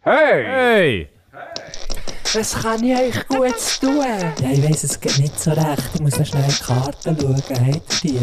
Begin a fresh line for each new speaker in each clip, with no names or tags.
Hey!
Hey!
Was kann ich euch Gutes tun?
Ja, ich weiss, es geht nicht so recht. Ich muss noch schnell in die Karten schauen. Hat ihr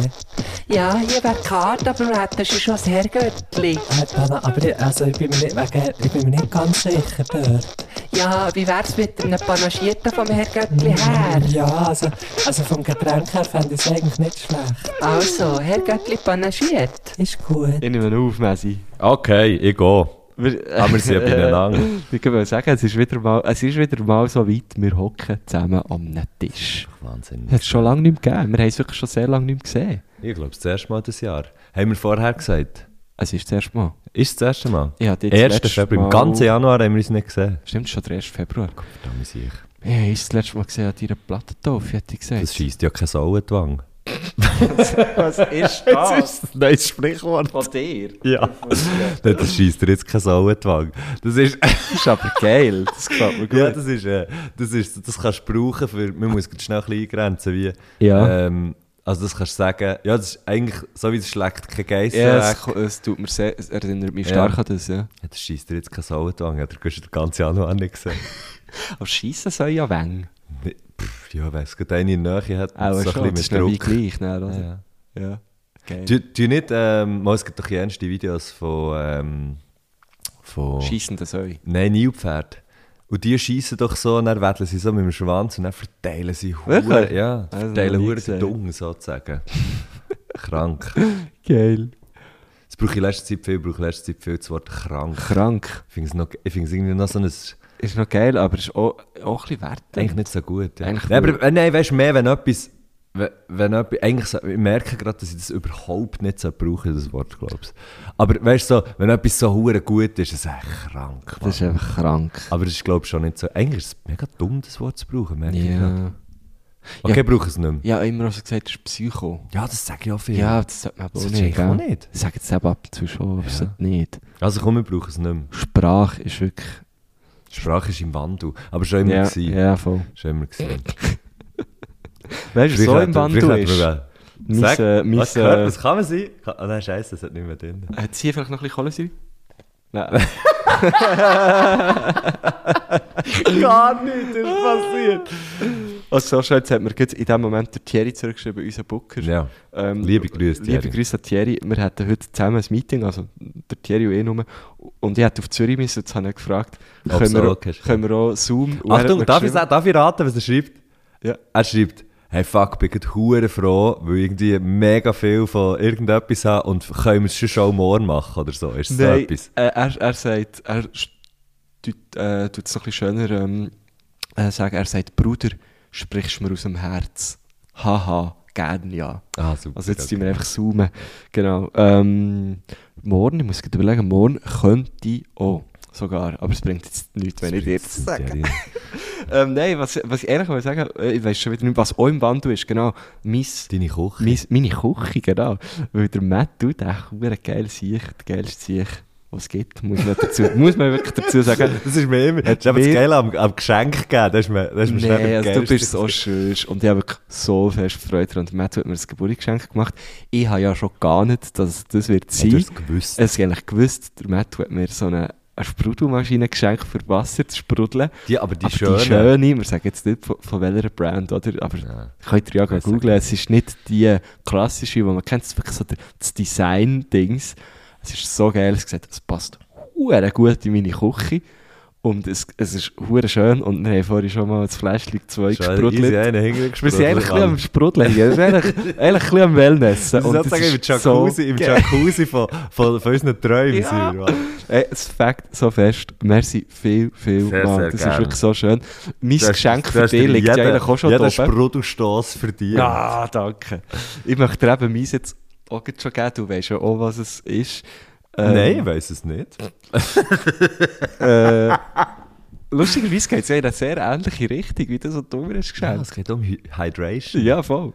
die?
Ja, hier wäre die Karte, aber das ist schon das Herrgöttli.
Äh, Dana, aber ich, also ich, bin mir nicht, wegen, ich bin mir nicht ganz sicher dort.
Ja, wie wär's mit einem Panagierten vom Herrgöttli her?
Ja, also, also vom Getränk her fände ich es eigentlich nicht schlecht.
Also, Herrgöttli panagiert.
Ist gut.
Ich nehme auf, Messi.
Okay, ich gehe.
Wir, äh,
Aber wir sind ja beieinander.
ich kann mal sagen, es ist, wieder mal, es ist wieder mal so weit, wir hocken zusammen am Tisch.
Wahnsinn.
Hat es schon lange nicht mehr gegeben. Wir haben es wirklich schon sehr lange nicht mehr gesehen.
Ich glaube, das erste Mal dieses Jahr. Haben wir vorher gesagt.
Es ist das erste Mal.
Ist es das erste Mal?
Ich hatte jetzt
1.
letztes
Februar. Im
Mal-
ganzen Januar haben wir es nicht gesehen.
Stimmt, schon der 1. Februar.
Verdammt, ich.
Ich habe es das letzte Mal gesehen an deiner Plattentaufe, hätte ich gesagt.
Das schießt ja keine Sau in die Wange.
Was ist das?
ein neues Sprichwort.
Von dir?
Ja. Nein, das schießt dir jetzt keine Sau in die Wange. Das ist...
Das ist aber geil. Das gefällt mir gut.
Ja, das ist, äh, das ist, das kannst du brauchen für, man muss grad schnell ein bisschen eingrenzen, wie,
Ja.
ähm, also das kannst du sagen, ja, das ist eigentlich, so wie es schlägt kein Geist
Ja,
ja,
es, es tut mir sehr, es erinnert mich
Ja.
stark an das, ja.
Das scheisst dir jetzt keine Sau in die Wange, oder gehst du den ganzen Januar nicht gesehen.
Aber scheiße soll ja weng.
Nee, Pff, ja, wenn es gerade eine in der Nähe hat,
Auch
so
schon,
ein
das ist
bisschen
glaube ich
mit Druck.
gleich, ne, oder?
Ja.
Ja. Geil.
Du, du nicht, ähm, mal, es gibt doch ernste Videos von, ähm, von...
Scheissende Säu.
Nein, Nilpferd. Und die schießen doch so, und dann wedeln sie so mit dem Schwanz und dann verteilen sie
Wirklich?
Huren. Ja,
Also,
verteilen
noch nie
Huren
gesehen.
den Dung sozusagen. krank.
Geil.
Das brauche ich in letzter Zeit viel, brauche ich in letzter Zeit viel das Wort krank.
Krank.
Ich finde es noch- ich finde es irgendwie noch so ein, eigentlich
Ist noch geil, aber ist auch, auch ein bisschen wert.
nicht so gut. Ja.
Eigentlich
Nein, aber, äh, nein, weißt du, mehr, wenn etwas, wenn, wenn etwas, eigentlich, so, ich merke gerade, dass ich das überhaupt nicht so brauche, das Wort, glaube ich. Aber weißt du, so, wenn etwas so hure gut ist, ist es echt krank. Mann.
Das ist einfach krank.
Aber das ist, glaube ich, schon nicht so. Eigentlich ist es mega dumm, das Wort zu brauchen, merke ich gerade.
Ja.
Okay, brauche es nicht mehr.
Ja, immer so gesagt, das ist Psycho.
Ja, das sage ich auch viel.
Ja, das sollte man aber
Das
auch
sollte
nicht.
ich auch
gell?
nicht.
Ich sage jetzt eben ab und zu schon, aber es sollte nicht.
Also komm, wir brauchen es nicht mehr.
Sprache ist wirklich...
Sprache ist im Wandel. Aber schon immer
Ja,
gewesen.
ja, voll.
Schon immer gewesen. halt
Weißt du, so im Wandel ist... Mein,
Sag,
äh, mein,
was,
äh,
gehört, was kann man sein? Ka- Ah nein, scheiße, das hat nicht mehr drin.
Hat sie vielleicht noch ein bisschen Kohlensäure? Nein.
Gar nicht, das ist passiert.
Also so schön, jetzt hat mir gerade in dem Moment der Thierry zurückgeschrieben, unser Booker.
Ja,
Ähm,
Liebe Grüße,
Liebe
Thierry.
Grüße an Thierry. Wir hatten heute zusammen ein Meeting, also der Thierry und ich nur. Und ich hätte auf Zürich müssen, jetzt habe ich gefragt,
Ob
können
es
wir,
auch okay ist.
können wir auch Zoom... Und er hat
Achtung,
mir
darf ich,
geschrieben-
sagen- darf ich raten, was er schreibt?
Ja.
Er schreibt, hey fuck, bin ich hure froh, weil ich irgendwie mega viel von irgendetwas habe und können wir es schon schon morgen machen oder so. Ist so
Nein,
etwas?
äh, er, er sagt, er sch- tut äh, tut's noch ein bisschen schöner ähm, äh, sagen, er sagt, Bruder, sprichst mir aus dem Herz. Haha, gern ja.
Ah, super.
Also jetzt
okay.
tun wir einfach zoomen. Genau. Ähm, morgen, ich muss gerade überlegen, morgen könnte auch sogar, aber es bringt jetzt nichts, wenn ich dir das
Das
sage.
bringt's nicht,
Ähm, nein, was, was ich ehrlich mal sagen äh, ich weiß schon wieder nicht, was auch im Wandel ist, genau, mein...
Thierry. Deine Küche.
Mis, meine Küche, genau. Weil der Matt, du, der hure geil Sieg, der geilste Sieg, was es gibt, muss man, dazu, muss man wirklich dazu sagen.
Das ist mir immer. Das ist aber das
mir-
Geile am, am Geschenk gegeben. Das ist mir, das ist mir schnell
Nein,
der
also du
Geilste.
bist so schön und ich habe wirklich so fest Freude dran. Und Matt hat mir das Geburtstagsgeschenk gemacht. Ich habe ja schon gar nicht, dass das wird
Hey, du
sein.
hast es gewusst.
Es ist eigentlich gewusst, der Matt hat mir so eine, eine Sprudelmaschine geschenkt, für Wasser zu sprudeln.
die, aber die
aber
schöne.
die schöne, wir sagen jetzt nicht von, von welcher Brand, oder? Aber
Ja.
könnt ihr ja gleich
Weiss ich
googlen, es ist nicht die klassische, die man kennt, es ist wirklich so der- das Design-Dings. Es ist so geil, es gesagt, es passt hure gut in meine Küche. Und es, es ist hure schön und wir haben vorhin schon mal das Fläschchen zwei
Schön, easy
gesprudelt.
einen hingesprudelt.
Wir sind eigentlich ein bisschen am Sprudeln hier, wir sind eigentlich, eigentlich ein bisschen am Wellness.
Das ist sozusagen im Jacuzzi, im Jacuzzi von, von, von unseren Träumen
Ja.
sind wir. Mann.
Ey, es fängt so fest. Merci viel, viel
Sehr,
Mann.
sehr
Das ist
gerne.
wirklich so schön. Mein
Du hast-
Geschenk
du
für
hast
dich
dir
liegt ja
jeden-
eigentlich auch schon da
Jeden
oben.
Sprudelstoss für dich.
Ah, danke. Ich möchte dir eben meins jetzt auch gleich schon geben. Du weißt ja auch, was es ist. Ähm,
Nein, ich weiss es nicht.
Äh, lustigerweise geht es ja in eine sehr ähnliche Richtung, wie das, was du mir hast
Ja,
geschenkt
es geht um Hy- Hydration.
Ja, voll.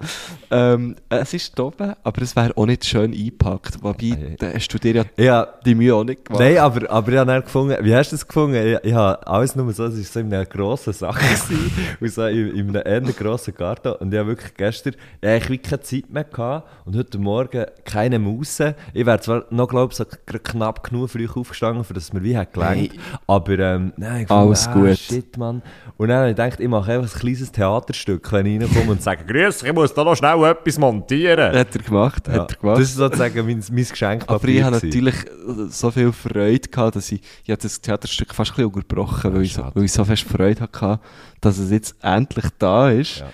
Ähm, es ist oben, aber es wäre auch nicht schön eingepackt. Wobei, da hast du dir ja
Ja,
die Mühe auch nicht gemacht.
Nein, aber, aber ich habe dann gefunden, wie hast du das gefunden? Ich, ich habe alles nur so, es war so in einer grossen Sache, gewesen, und so in, in einem eher grossen Garten und ich habe wirklich gestern, ich habe wirklich keine Zeit mehr gehabt und heute Morgen keine Maus. Ich wäre zwar noch, glaube ich, so k- knapp genug früh aufgestanden, für dass mir wie hat gelangt, aber ähm, nein, ich fand,
Alles gut.
shit, Mann. Und dann habe ich gedacht, ich mache einfach ein kleines Theaterstück, wenn ich reinkomme und sage, «Grüß, ich muss da noch schnell etwas montieren.»
Hat er gemacht,
Ja,
hat er gemacht.
Das ist sozusagen mein, mein Geschenkpapier
Aber ich habe
gewesen.
natürlich äh, so viel Freude gehabt, dass ich, ich habe das Theaterstück fast ein bisschen unterbrochen, weil, ich so,
schade.
weil ich so fest Freude hatte, dass es jetzt endlich da ist.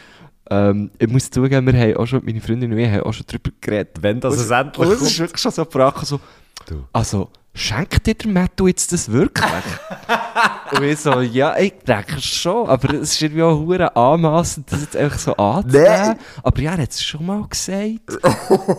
Ähm, ich muss zugeben, wir haben auch schon, meine Freundin und ich haben auch schon darüber geredet.
Wenn das
Und-
es endlich
und Es
kommt.
ist wirklich schon so brach, so,
Du.
also, schenkt dir der Matto jetzt das wirklich? und ich so, ja, ich denke schon, aber es ist irgendwie auch hure anmassend, das jetzt einfach so anzunehmen. Aber ja, er hat es schon mal gesagt.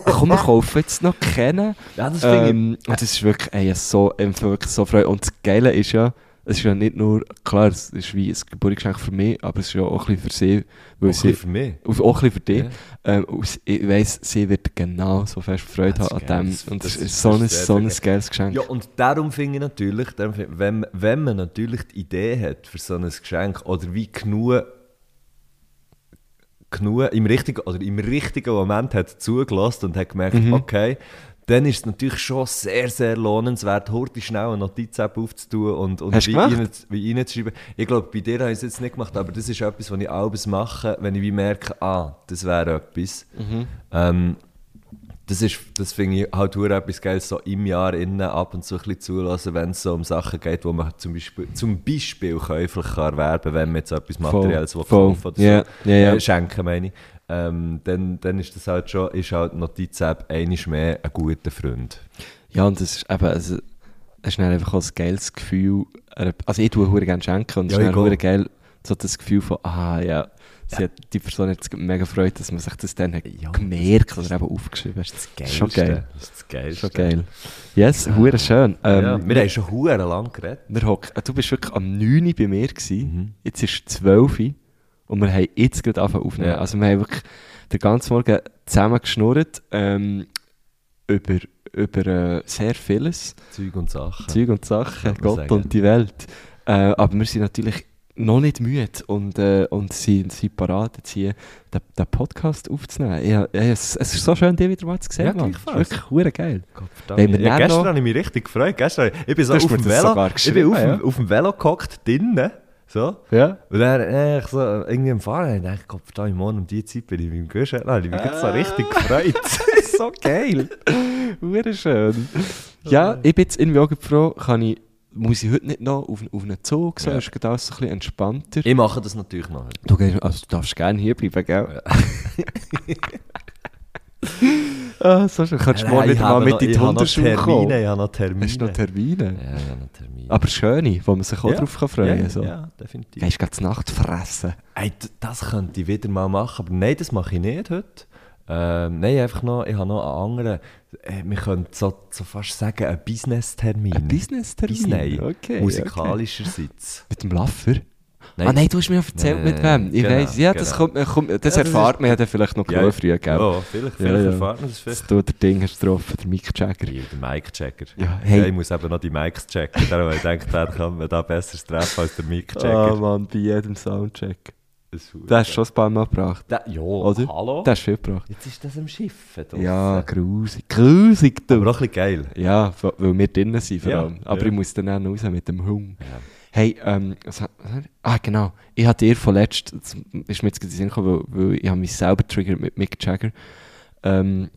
Komm, wir kaufen jetzt noch kennen.
Ja, das finde ich-
Ähm, und das ist wirklich, ey, so, ich empfinde wirklich so Freude. Und das Geile ist ja, es ist ja nicht nur, klar, es ist wie ein Geburtsgeschenk für mich, aber es ist ja auch ein bisschen für sie, weil
Auch ein bisschen
sie,
für mich.
auf, auch ein bisschen für dich.
Ja.
Ähm, und s- ich weiss, sie wird genau so fest Freude
Das
haben an
ist geil.
dem.
Das-
Und
das
es ist
ist-
so
das
ein,
ist sehr,
so ein
sehr
geiles Geschenk.
Ja, und darum finde ich natürlich, darum finde ich, wenn, wenn man natürlich die Idee hat für so ein Geschenk oder wie genug, genug im, richtigen, oder im richtigen Moment hat zugelassen und hat gemerkt,
Mhm.
okay, dann ist es natürlich schon sehr, sehr lohnenswert, heute schnell eine Notiz-App aufzutun und, und
Hast du
wie,
gemacht?
rein, wie reinzuschreiben. Ich glaube, bei dir habe ich es jetzt nicht gemacht, aber das ist etwas, was ich alles mache, wenn ich wie merke, ah, das wäre etwas. Ähm, das ist, das finde ich halt hure etwas Geiles, so im Jahr innen ab und zu ein bisschen zulassen, wenn es so um Sachen geht, wo man zum Beispiel, zum Beispiel käuflich kann erwerben kann, wenn man jetzt etwas
Voll,
Materielles will
voll.
kaufen oder
Ja,
so.
ja, ja.
Äh, schenken, meine ich. Ähm, dann, dann ist das halt schon, ist halt die Notiz-App einmal mehr ein guter Freund.
Ja, und es ist eben, also, es ist dann einfach auch ein geiles Gefühl. einer- Also ich tue hure gerne schenken und es
Ja,
ist
ich
dann hure
auch.
geil, so das Gefühl von, ah ja, sie Hat, die Person hat sich mega gefreut, dass man sich das dann hat
Ja,
gemerkt oder eben aufgeschrieben hat.
Das
Schon geil.
Das ist das Geilste.
Schon geil. Yes, hure schön. Ähm,
Ja, wir haben schon hure lang geredet.
wir hock, äh, du bist wirklich am 9. Uhr bei mir gewesen. Jetzt ist es 12 Uhr und wir haben jetzt gerade angefangen aufnehmen.
Ja.
Also wir haben wirklich den ganzen Morgen zusammen geschnurrt ähm, über, über äh, sehr vieles.
Zeug und Sachen.
Zeug und Sachen,
man
Gott
sagen.
und die Welt. Äh, aber wir sind natürlich noch nicht müde und, äh, und sind, sind parat, jetzt hier den, den Podcast aufzunehmen. Ja, ja, es, es ist so schön, dich wieder mal zu sehen,
Ja,
Mann. Es ist
gleichfalls.
wirklich hure geil.
Gott
Wenn wir
verdammt. Ja,
dann
gestern
noch-
habe ich mich richtig gefreut. Gestern, ich bin so
Du hast
Also auf
mir
dem
das sogar
Velo, ich bin
geschrieben,
auf, dem-
ja.
auf dem Velo gehockt, drinnen, so.
Ja.
Und dann äh, ich so, irgendwie am Fahren, ich dachte, Gott, verdammt, morgen um diese Zeit bin ich im Guschen. Nein, ich bin gerade so richtig
Ah.
gefreut.
so geil. Hure schön.
Oh,
Ja, ich bin jetzt irgendwie auch froh, kann ich, muss ich heute nicht noch auf, auf einen Zug, so
Ja.
ist gerade alles so ein bisschen entspannter.
Ich mache das natürlich noch.
Du, gehst- also, du darfst gerne hier bleiben, gell? ah, so schön. Kannst du morgen wieder mal mit in die Hunderschuhe kommen?
Termine, ich habe noch Termine.
Hast du noch Termine?
Ja, ich habe noch Termine.
Aber schöne, wo man sich auch
Ja.
drauf kann freuen
Ja,
kann. So.
ja, definitiv.
Gehst du gleich Nacht fressen?
Ey, d- das könnte ich wieder mal machen, aber nein, das mache ich nicht heute. Ähm, nein, einfach noch, ich habe noch einen anderen, äh, wir können so, so fast sagen, einen Business-Termin.
Ein Business-Termin?
Business,
Okay,
musikalischerseits.
Mit dem Laffer?
Nein.
Ah nein, du hast mir erzählt,
Nein,
mit wem. Ich
genau,
weiss, ja, das,
genau.
kommt, mir- kommt, das
Ja, das
erfahrt man ja dann vielleicht noch genug früh, gell?
Ja, Oh. vielleicht,
Ja,
vielleicht
ja.
erfahrt man das vielleicht.
Dass du den Ding hast getroffen, der Mick Jagger.
Ja, der Mic-Checker.
Ja, hey.
ich muss eben noch die Mics checken. Darum habe ich gedacht, der kann man da besseres treffen als der
Ah
Mic-Checker.
Mann, bei jedem Soundcheck.
Das ist verdammt.
Das hast du schon ein paar Mal gebracht,
Der- ja,
oder?
hallo?
Das hast du viel gebracht.
Jetzt ist Oh. das am Schiffen draussen.
Ja, grusig. Grusig, du.
Aber auch ein bisschen geil.
Ja, v- weil wir drinnen sind vor
Ja,
allem. Aber
ja.
ich muss dann auch noch raus mit dem Hund. Hey, ähm, was hat- was hat- ah genau, ich hatte dir von letzt, das ist mir jetzt gerade in den Sinn gekommen, weil, weil ich habe mich selber triggert mit Mick Jagger. Ähm,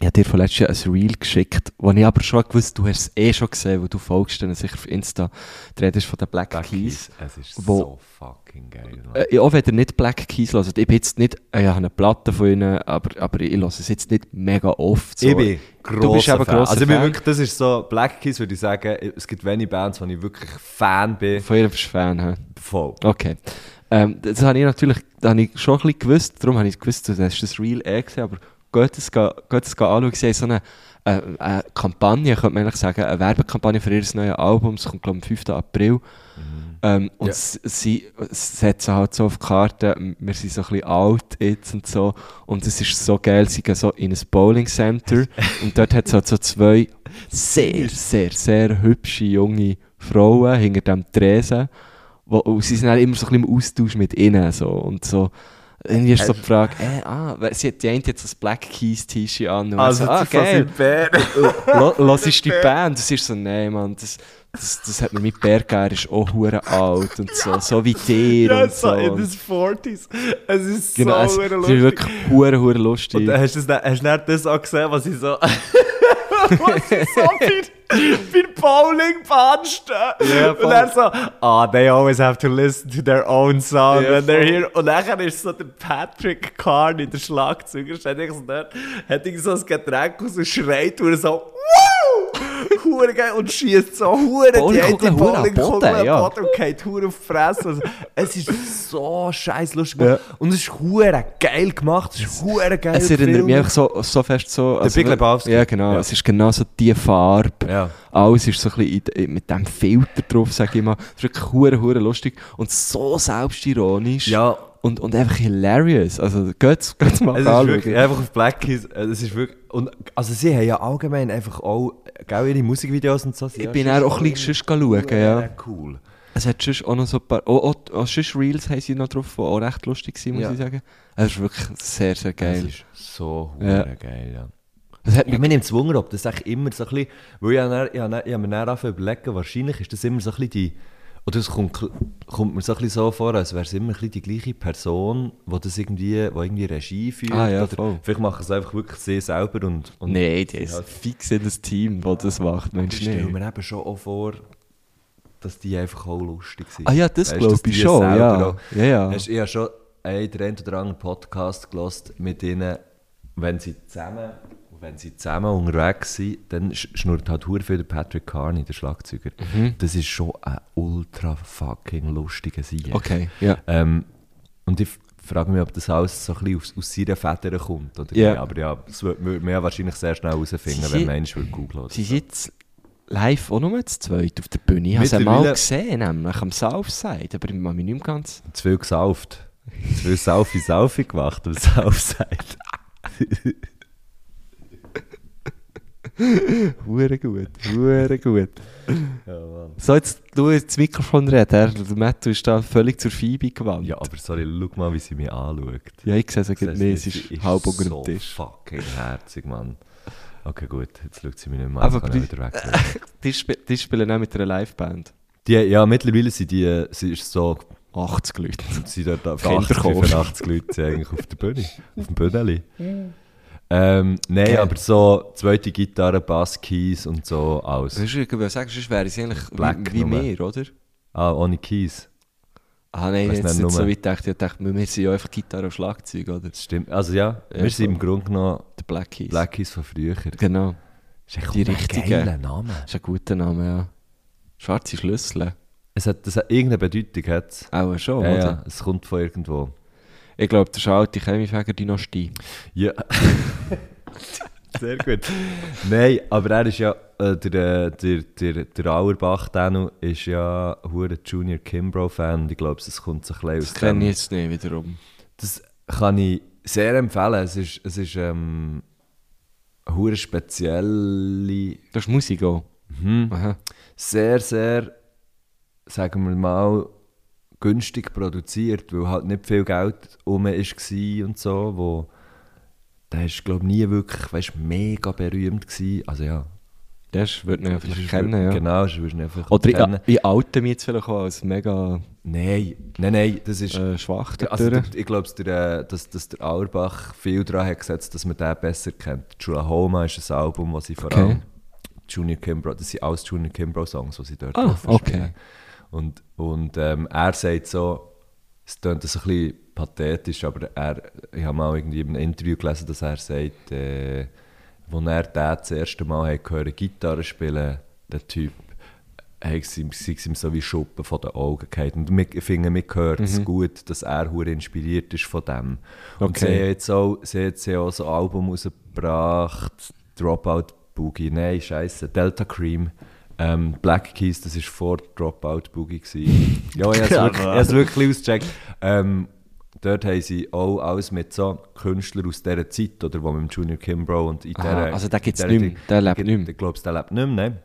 ich habe dir von letztem ein Reel geschickt, wo ich aber schon gewusst, du hast es eh schon gesehen, weil du folgst dann sicher auf Insta, du redest von den Black,
Black
Keys.
Keys. Es ist
Wo-
so fucking geil. Mann.
Äh, auch wenn ihr nicht Black Keys hört, ich bin jetzt nicht, äh, ich habe eine Platte von ihnen, aber, aber ich höre es jetzt nicht mega oft. So.
Ich bin
Du bist
grosser
eben
Fan.
grosser
Also ich bin
Fan.
wirklich, das ist so, Black Keys würde ich sagen, es gibt wenige Bands, wo ich wirklich Fan bin.
Von ihr bist du Fan, hä?
Voll.
Okay. Ehm, Ähm, das habe ich natürlich das habe ich schon ein bisschen gewusst, darum habe ich gewusst, du hast das Real eh gesehen, aber geht es, geht es anschauen. Sie haben so eine, äh, eine Kampagne, könnte man eigentlich sagen, eine Werbekampagne für ihr neues Album. Es kommt, glaube ich, am 5. April. Ähm, und
Ja.
s- sie setzen halt so auf die Karte, m- wir sind so ein bisschen alt jetzt und so. Und es ist so geil, sie gehen so in ein Bowling Center und dort hat es halt so zwei sehr, sehr, sehr hübsche junge Frauen hinter dem Tresen. Wo, und sie sind dann immer so ein bisschen im Austausch mit ihnen. So, und so, irgendwie ist so die Frage, äh, ah, wer- sie hat die eine jetzt ein Black Keys T-Shirt an. Und
Also,
so, ah,
das ist
geil.
ein Bär.
Lass ist die Band. Das ist so, nein, Mann, das, das, das hat mir mit Bär gegeben, er ist auch hure alt und so, so wie dir
Ja,
und so.
so in den
Und
40s. Es ist
genau, es,
so
es ist
lustig.
wirklich hure, hure lustig.
Und äh, dann hast du das- hast du dann das auch gesehen, was ich so. was ich so bei der Bowlingbahn stehe.
Ja,
und
voll.
dann so, ah, they always have to listen to their own song
Ja,
when they're here. Und dann ist so der Patrick Carney, der Schlagzeuger, steht ich so dort, hat irgendwie so ein Getränk raus und schreit und so, wow! Hure geil und schießt so hure die eine
Bowlingkugel, hure am
Bowlingkugel
Boden, ja.
am Boden und geht hure auf die Fresse. Also, es ist so scheiß lustig
Ja.
und es ist hure geil gemacht. Es ist hure geil.
Es erinnert mich
gefilmt.
einfach so, so fest so... Der
Big Lebowski.
Ja, genau.
Ja.
Es ist genau so die Farbe.
Ja.
Alles ist so ein bisschen in- in- mit dem Filter drauf, sage ich mal. Es ist wirklich hure, hure lustig und so selbstironisch.
Ja.
Und, und einfach hilarious. Also, geht's, geht's mal
Es ist
anschauen.
wirklich einfach auf Black Keys. äh, Es ist wirklich. Und, also sie haben ja allgemein einfach auch äh, gell, ihre Musikvideos und so.
Ich bin dann auch ein bisschen sonst schauen, ja.
cool.
Es hat sonst auch noch so ein paar. Oh, oh, oh sonst Reels haben sie noch drauf, die auch recht lustig waren, muss
Ja.
ich sagen. Es ist wirklich sehr, sehr
Es
geil.
ist so
Ja.
hure geil, ja.
Es hat
Ja,
mich
mir nimmt es Wunder, ob das eigentlich immer so ein bisschen, weil ich, habe dann, ich, habe dann, ich habe mir dann angefangen zu überlegen, wahrscheinlich ist das immer so ein bisschen die, oder es kommt, kommt mir so ein bisschen so vor, als wäre es immer ein bisschen die gleiche Person, die das irgendwie, wo irgendwie Regie führt.
Ah, ja, voll.
oder vielleicht machen es einfach wirklich sie selber und... und
Nein, die ist Ah.
Ja,
fix in das Team, das das macht.
Ich
Mensch,
stelle
nicht.
mir eben schon auch vor, dass die einfach auch lustig sind.
Ah ja, das
Weißt,
glaub
dass
ich
die
schon,
selber
ja.
auch-
Ja, ja.
Hast, ich habe schon einen der einen oder anderen Podcast gelost mit ihnen, wenn sie zusammen, wenn sie zusammen unterwegs sind, dann sch- schnurrt halt hure viel der Patrick Carney, der Schlagzeuger.
Mhm.
Das ist schon ein ultra fucking lustiger Sieg.
Okay, ja.
Ähm, und ich f- frage mich, ob das alles so ein bisschen aus, aus seiner Feder kommt. Oder
Ja.
nicht. Aber ja, das würde würde man ja wahrscheinlich sehr schnell herausfinden,
Sie-
wenn man eins würde googeln oder
Sie
so.
sind jetzt live auch nur zu zweit auf der Bühne. Ich habe sie mal
Mittlerweile-
gesehen, nämlich am Southside, aber ich kann mich nicht mehr ganz.
zu viel gesauft. Zu viel Saufi Saufi gemacht am Southside.
Hure gut, hure gut. So, jetzt du ins Mikrofon reden. Herr. Der Matt, du bist da völlig zur Phoebe gewandt.
Ja, aber sorry, schau mal, wie sie mich anschaut.
ja ich sehe
Das
es nicht.
heisst,
Nee, es
sie
ist halb unter
so
dem Tisch.
fucking herzig, Mann. Okay, gut, jetzt schaut sie mich nicht mehr
Aber
an, kann ich
gleich-
wieder wechseln.
Die, sp die spielen auch mit einer Liveband.
Die, ja, mittlerweile sind die, äh, sie ist so,
80 Leute.
sie dort auf
Kinderchor.
80, 85 Leute sind eigentlich auf der Bühne, auf dem Bühneli. Ähm, nein, aber so zweite Gitarre, Bass, Keys und so alles.
Sonst, ich würde sagen, sonst wären sie eigentlich
Black
wie, wie
nur.
wir, oder?
Ah, ohne Keys.
Ah nein,
Weiss
jetzt
nicht
nicht
nur.
so weit gedacht. Ich dachte, wir wir sind ja einfach Gitarre und Schlagzeug, oder?
Das stimmt. Also ja,
Ja,
wir sind
so.
im Grunde genommen
Der Black Keys.
Black Keys von früher.
Genau.
Das ist
Die
die richtige.
richtige.
Name.
Das ist ein guter Name, ja. Schwarze Schlüssel.
Es hat, das hat irgendeine Bedeutung. Hat's.
Auch schon,
ja,
oder?
ja, es kommt von irgendwo.
Ich glaube, das ist eine alte Chemifäger-Dynastie.
Ja. Sehr gut. Nein, aber er ist ja, äh, der, äh, der, der, der Auerbach Danu ist ja hure Junior Kimbrough-Fan. und Ich glaube, es kommt so ein bisschen
Das kenne ich jetzt nicht wiederum.
Das kann ich sehr empfehlen. Es ist, es ist ähm, hure spezielle
Das ist Musik auch. Aha.
sehr, sehr, sagen wir mal, günstig produziert, weil halt nicht viel Geld rum war und so, wo der ist, glaube ich, nie wirklich, weißt, mega berühmt gewesen. Also ja.
Das würde man ja
das
vielleicht
ist
kennen,
wirklich-
ja.
Genau, das würdest du einfach
Oder
kennen.
in, in altem jetzt vielleicht auch als mega
Nein, nein, nein, das ist...
äh, schwach.
also der,
dort.
ich glaube, der, äh, dass, dass der Auerbach viel daran hat gesetzt, dass man den besser kennt. «Chula Homa» ist ein Album, das sie vor
Okay.
allem... Junior Kimbrough, das sind alles Junior Kimbrough-Songs, die sie dort
Ah,
drauf
okay.
Und, und ähm, er sagt so, es klingt das ein bisschen pathetisch, aber er, ich habe mal irgendwie in einem Interview gelesen, dass er sagt, äh, als er den das erste Mal hat gehört, Gitarre spielen, der Typ, haben sie, sie sind ihm so wie Schuppen von den Augen gefallen. Und wir- ich finde, man hört es gut, dass er hure inspiriert ist von dem. Und
Okay.
sie haben jetzt auch, sie haben jetzt ja auch so ein Album rausgebracht, Dropout Boogie, nein, scheiße, Delta Cream. Ähm, Black Keys, das war vor Dropout Boogie. gewesen. ja, ich
Ja,
habe
Mann.
es wirklich ausgecheckt. Ähm, dort haben sie auch alles mit so Künstlern aus dieser Zeit, oder wo mit dem Junior Kimbrough und in
Ah,
dieser-
also den gibt's
in
nicht
dieser
mehr.
Ding-
Der lebt nicht mehr.
Ich glaube, der lebt nicht mehr, ne?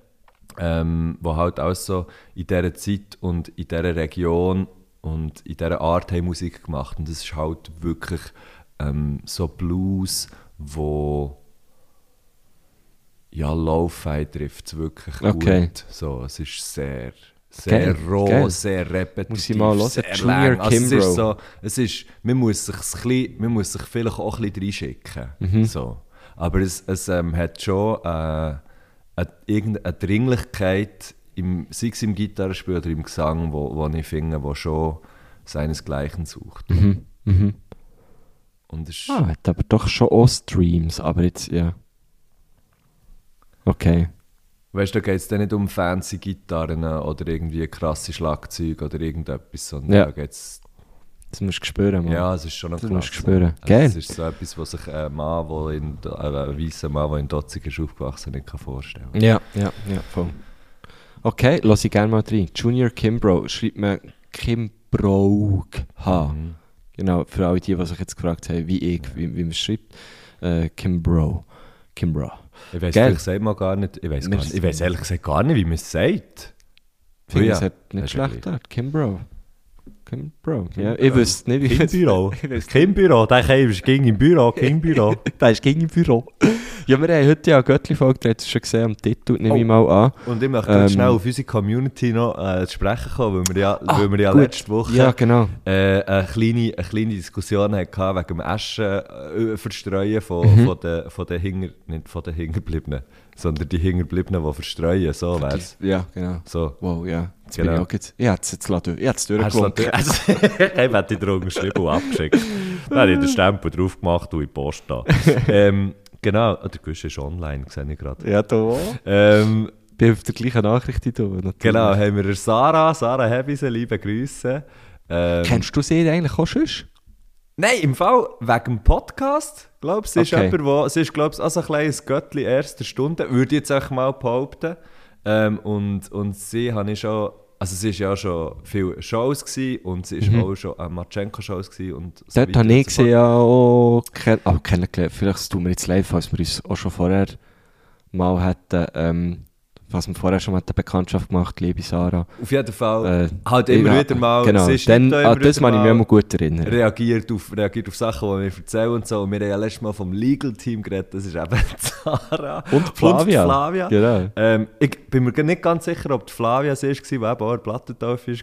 ähm, wo halt auch so in dieser Zeit und in dieser Region und in dieser Art haben Musik gemacht und das ist halt wirklich ähm, so Blues, wo ja, Lo-Fi trifft es wirklich
Okay.
gut. So, es ist sehr, sehr
Geil,
roh,
geil.
sehr repetitiv,
Muss ich mal hören.
sehr
Junior
lang. Also es ist
Kimbrough.
so, es ist, man muss sich ein bisschen, man muss sich vielleicht auch ein bisschen reinschicken.
Mhm.
So. Aber es, es ähm, hat schon äh, eine, irgendeine Dringlichkeit, im, sei es im Gitarrespiel oder im Gesang, wo, wo ich finde, wo schon seinesgleichen sucht.
Mhm.
Und es ist,
Ah, hat aber doch schon auch Streams, aber jetzt, ja. Okay.
weißt du, da geht es dann nicht um fancy Gitarren oder irgendwie krasse Schlagzeuge oder irgendetwas, sondern
Ja.
da geht's
Das musst du spüren, Mann.
Ja, es ist schon noch
Genau. Das musst du
krass.
spüren.
Also
Geil.
Es ist so etwas, was sich ein Mann, wo in, äh, ein weißer Mann, der in Dotzig ist aufgewachsen, nicht kann vorstellen kann.
Ja, ja, ja, voll. Okay, lass ich gerne mal rein. Junior Kimbrough, schreibt man Kimbrough. H. Genau, für alle die, die sich jetzt gefragt haben, wie ich, wie, wie man es schreibt. Äh, Kimbrough. Kimbrough.
Ich weiß
Geil.
ehrlich gesagt mal gar nicht, ich weiß
Wir
gar nicht, ich weiß ehrlich gesagt gar nicht, wie man es sagt.
Finde
Oh ja,
es hat
das
nicht
ist ja
schlecht dort. Kimbrough. Kimbrough. Ja, ich wüsste nicht, wie
Kinderbüro.
Ich wüsste-
Kinderbüro. Der Kim ist ging im Büro, Kinderbüro.
Da ist gegen im Büro. Ja, wir haben heute ja eine Göttli-Folge, du hast es schon gesehen, am Titel, nehme ich mal an.
Und ich möchte
Ähm.
ganz schnell auf unsere Community noch äh, zu sprechen kommen, weil wir ja, weil wir ja
Ah, gut.
letzte Woche
Ja, genau.
äh, eine, kleine, eine kleine Diskussion hatten wegen dem Eschen, äh, Verstreuen von, von den, von den Hinger, nicht von den Hingerbliebenen, sondern die Hingerbliebenen, die verstreuen, so wär's.
Ja, genau.
So.
Wow, ja. Jetzt
Genau.
bin ich auch jetzt, ich hätte es jetzt lassen. Ich hätte es durchgewunken.
Also, ich hätte den unterschrieben und abgeschickt. Dann habe ich den Stempel drauf gemacht und in die Post da. ähm, genau, oh, der Gusch ist online, sehe ich gerade.
Ja, da.
Ähm,
Ich bin auf der gleichen Nachricht hier, natürlich.
genau, haben wir Sarah, Sarah Hebisen, liebe Grüße. Ähm,
Kennst du sie eigentlich auch schon?
Nein, im Fall wegen dem Podcast, glaube ich. Sie ist
Okay.
jemand, wo, sie ist, glaube ich, also ein kleines Göttli erster Stunde, würde ich jetzt auch mal behaupten. Ähm, und, und sie habe ich schon, also sie ist ja auch schon viele Shows gsi und sie ist auch schon an Matschenko-Shows gsi und so
Mhm. Dort
weiter und
habe ich
so fort.
sie ja auch kenn oh, kennengelernt. Vielleicht tun wir jetzt live, falls wir uns auch schon vorher mal hätten, ähm, was wir vorher schon mal eine Bekanntschaft gemacht liebe Sarah.
Auf jeden Fall,
Äh,
halt immer
ja,
wieder mal,
Genau,
sie ist
dann,
da
ah,
immer
das
wieder
kann ich mich
mal-
immer gut erinnern.
reagiert auf, reagiert auf Sachen, die wir erzählen und so. Und wir haben ja letztes Mal vom Legal Team geredet, das ist eben Zara
Und Flavia.
Und Flavia.
Genau.
Ähm, ich bin mir nicht ganz sicher, ob die Flavia sie war, die eben auch in Plattendorf war,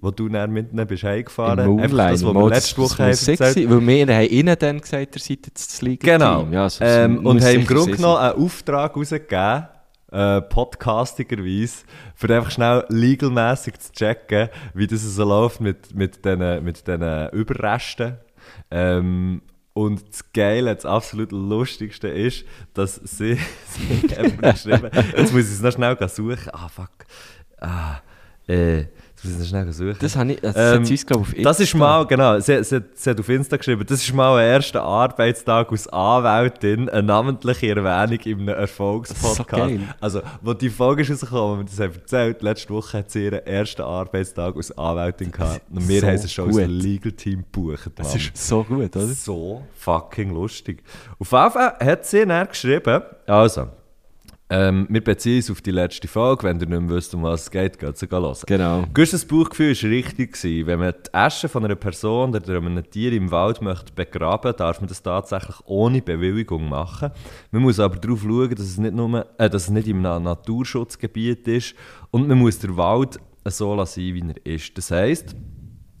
wo du dann mit ihnen bist heimgefahren.
Im
Einfach das, was wir
Moonline.
letzte
Das-
Woche haben
das muss
erzählt
sexy, Weil wir haben ihnen dann gesagt, ihr seid jetzt das Legal-Team.
Genau.
Ja, also, es
ähm,
muss
und haben im
sicher
Grunde
sein.
genommen einen Auftrag rausgegeben, äh, podcastigerweise, für einfach schnell legalmässig zu checken, wie das so läuft mit, mit diesen mit diesen Überresten. Ähm, und das Geile, das absolut Lustigste ist, dass sie, sie haben mir geschrieben, jetzt muss ich es noch schnell gehen suchen. Ah, fuck. Ah, äh, jetzt muss ich es noch schnell gehen suchen.
Das, habe ich, das
Ähm,
hat sie uns, glaube ich, auf
Das ist
Insta-
mal, genau, sie, sie, sie hat auf Insta geschrieben, das ist mal ein erster Arbeitstag als Anwältin, eine namentliche Erwähnung in einem
Das
Erfolgspodcast.
ist so geil.
also, wo die Folge ist rausgekommen, und das haben wir erzählt, letzte Woche hat sie ihren ersten Arbeitstag als Anwältin gehabt. Und wir
so
haben sie schon als
gut.
Legal Team gebucht.
Das
Mann.
ist so gut, oder?
So fucking lustig. Auf jeden Fall hat sie dann geschrieben, also, ähm, wir beziehen uns auf die letzte Folge, wenn ihr nicht mehr wisst, um was es geht, geht sie hören.
Genau.
Gustes Bauchgefühl war richtig. Gewesen. Wenn man die Asche von einer Person oder einem Tier im Wald möchte begraben darf man das tatsächlich ohne Bewilligung machen. Man muss aber darauf schauen, dass es nicht, nur, äh, dass es nicht im Na- Naturschutzgebiet ist und man muss den Wald so lassen, sein, wie er ist. Das heisst,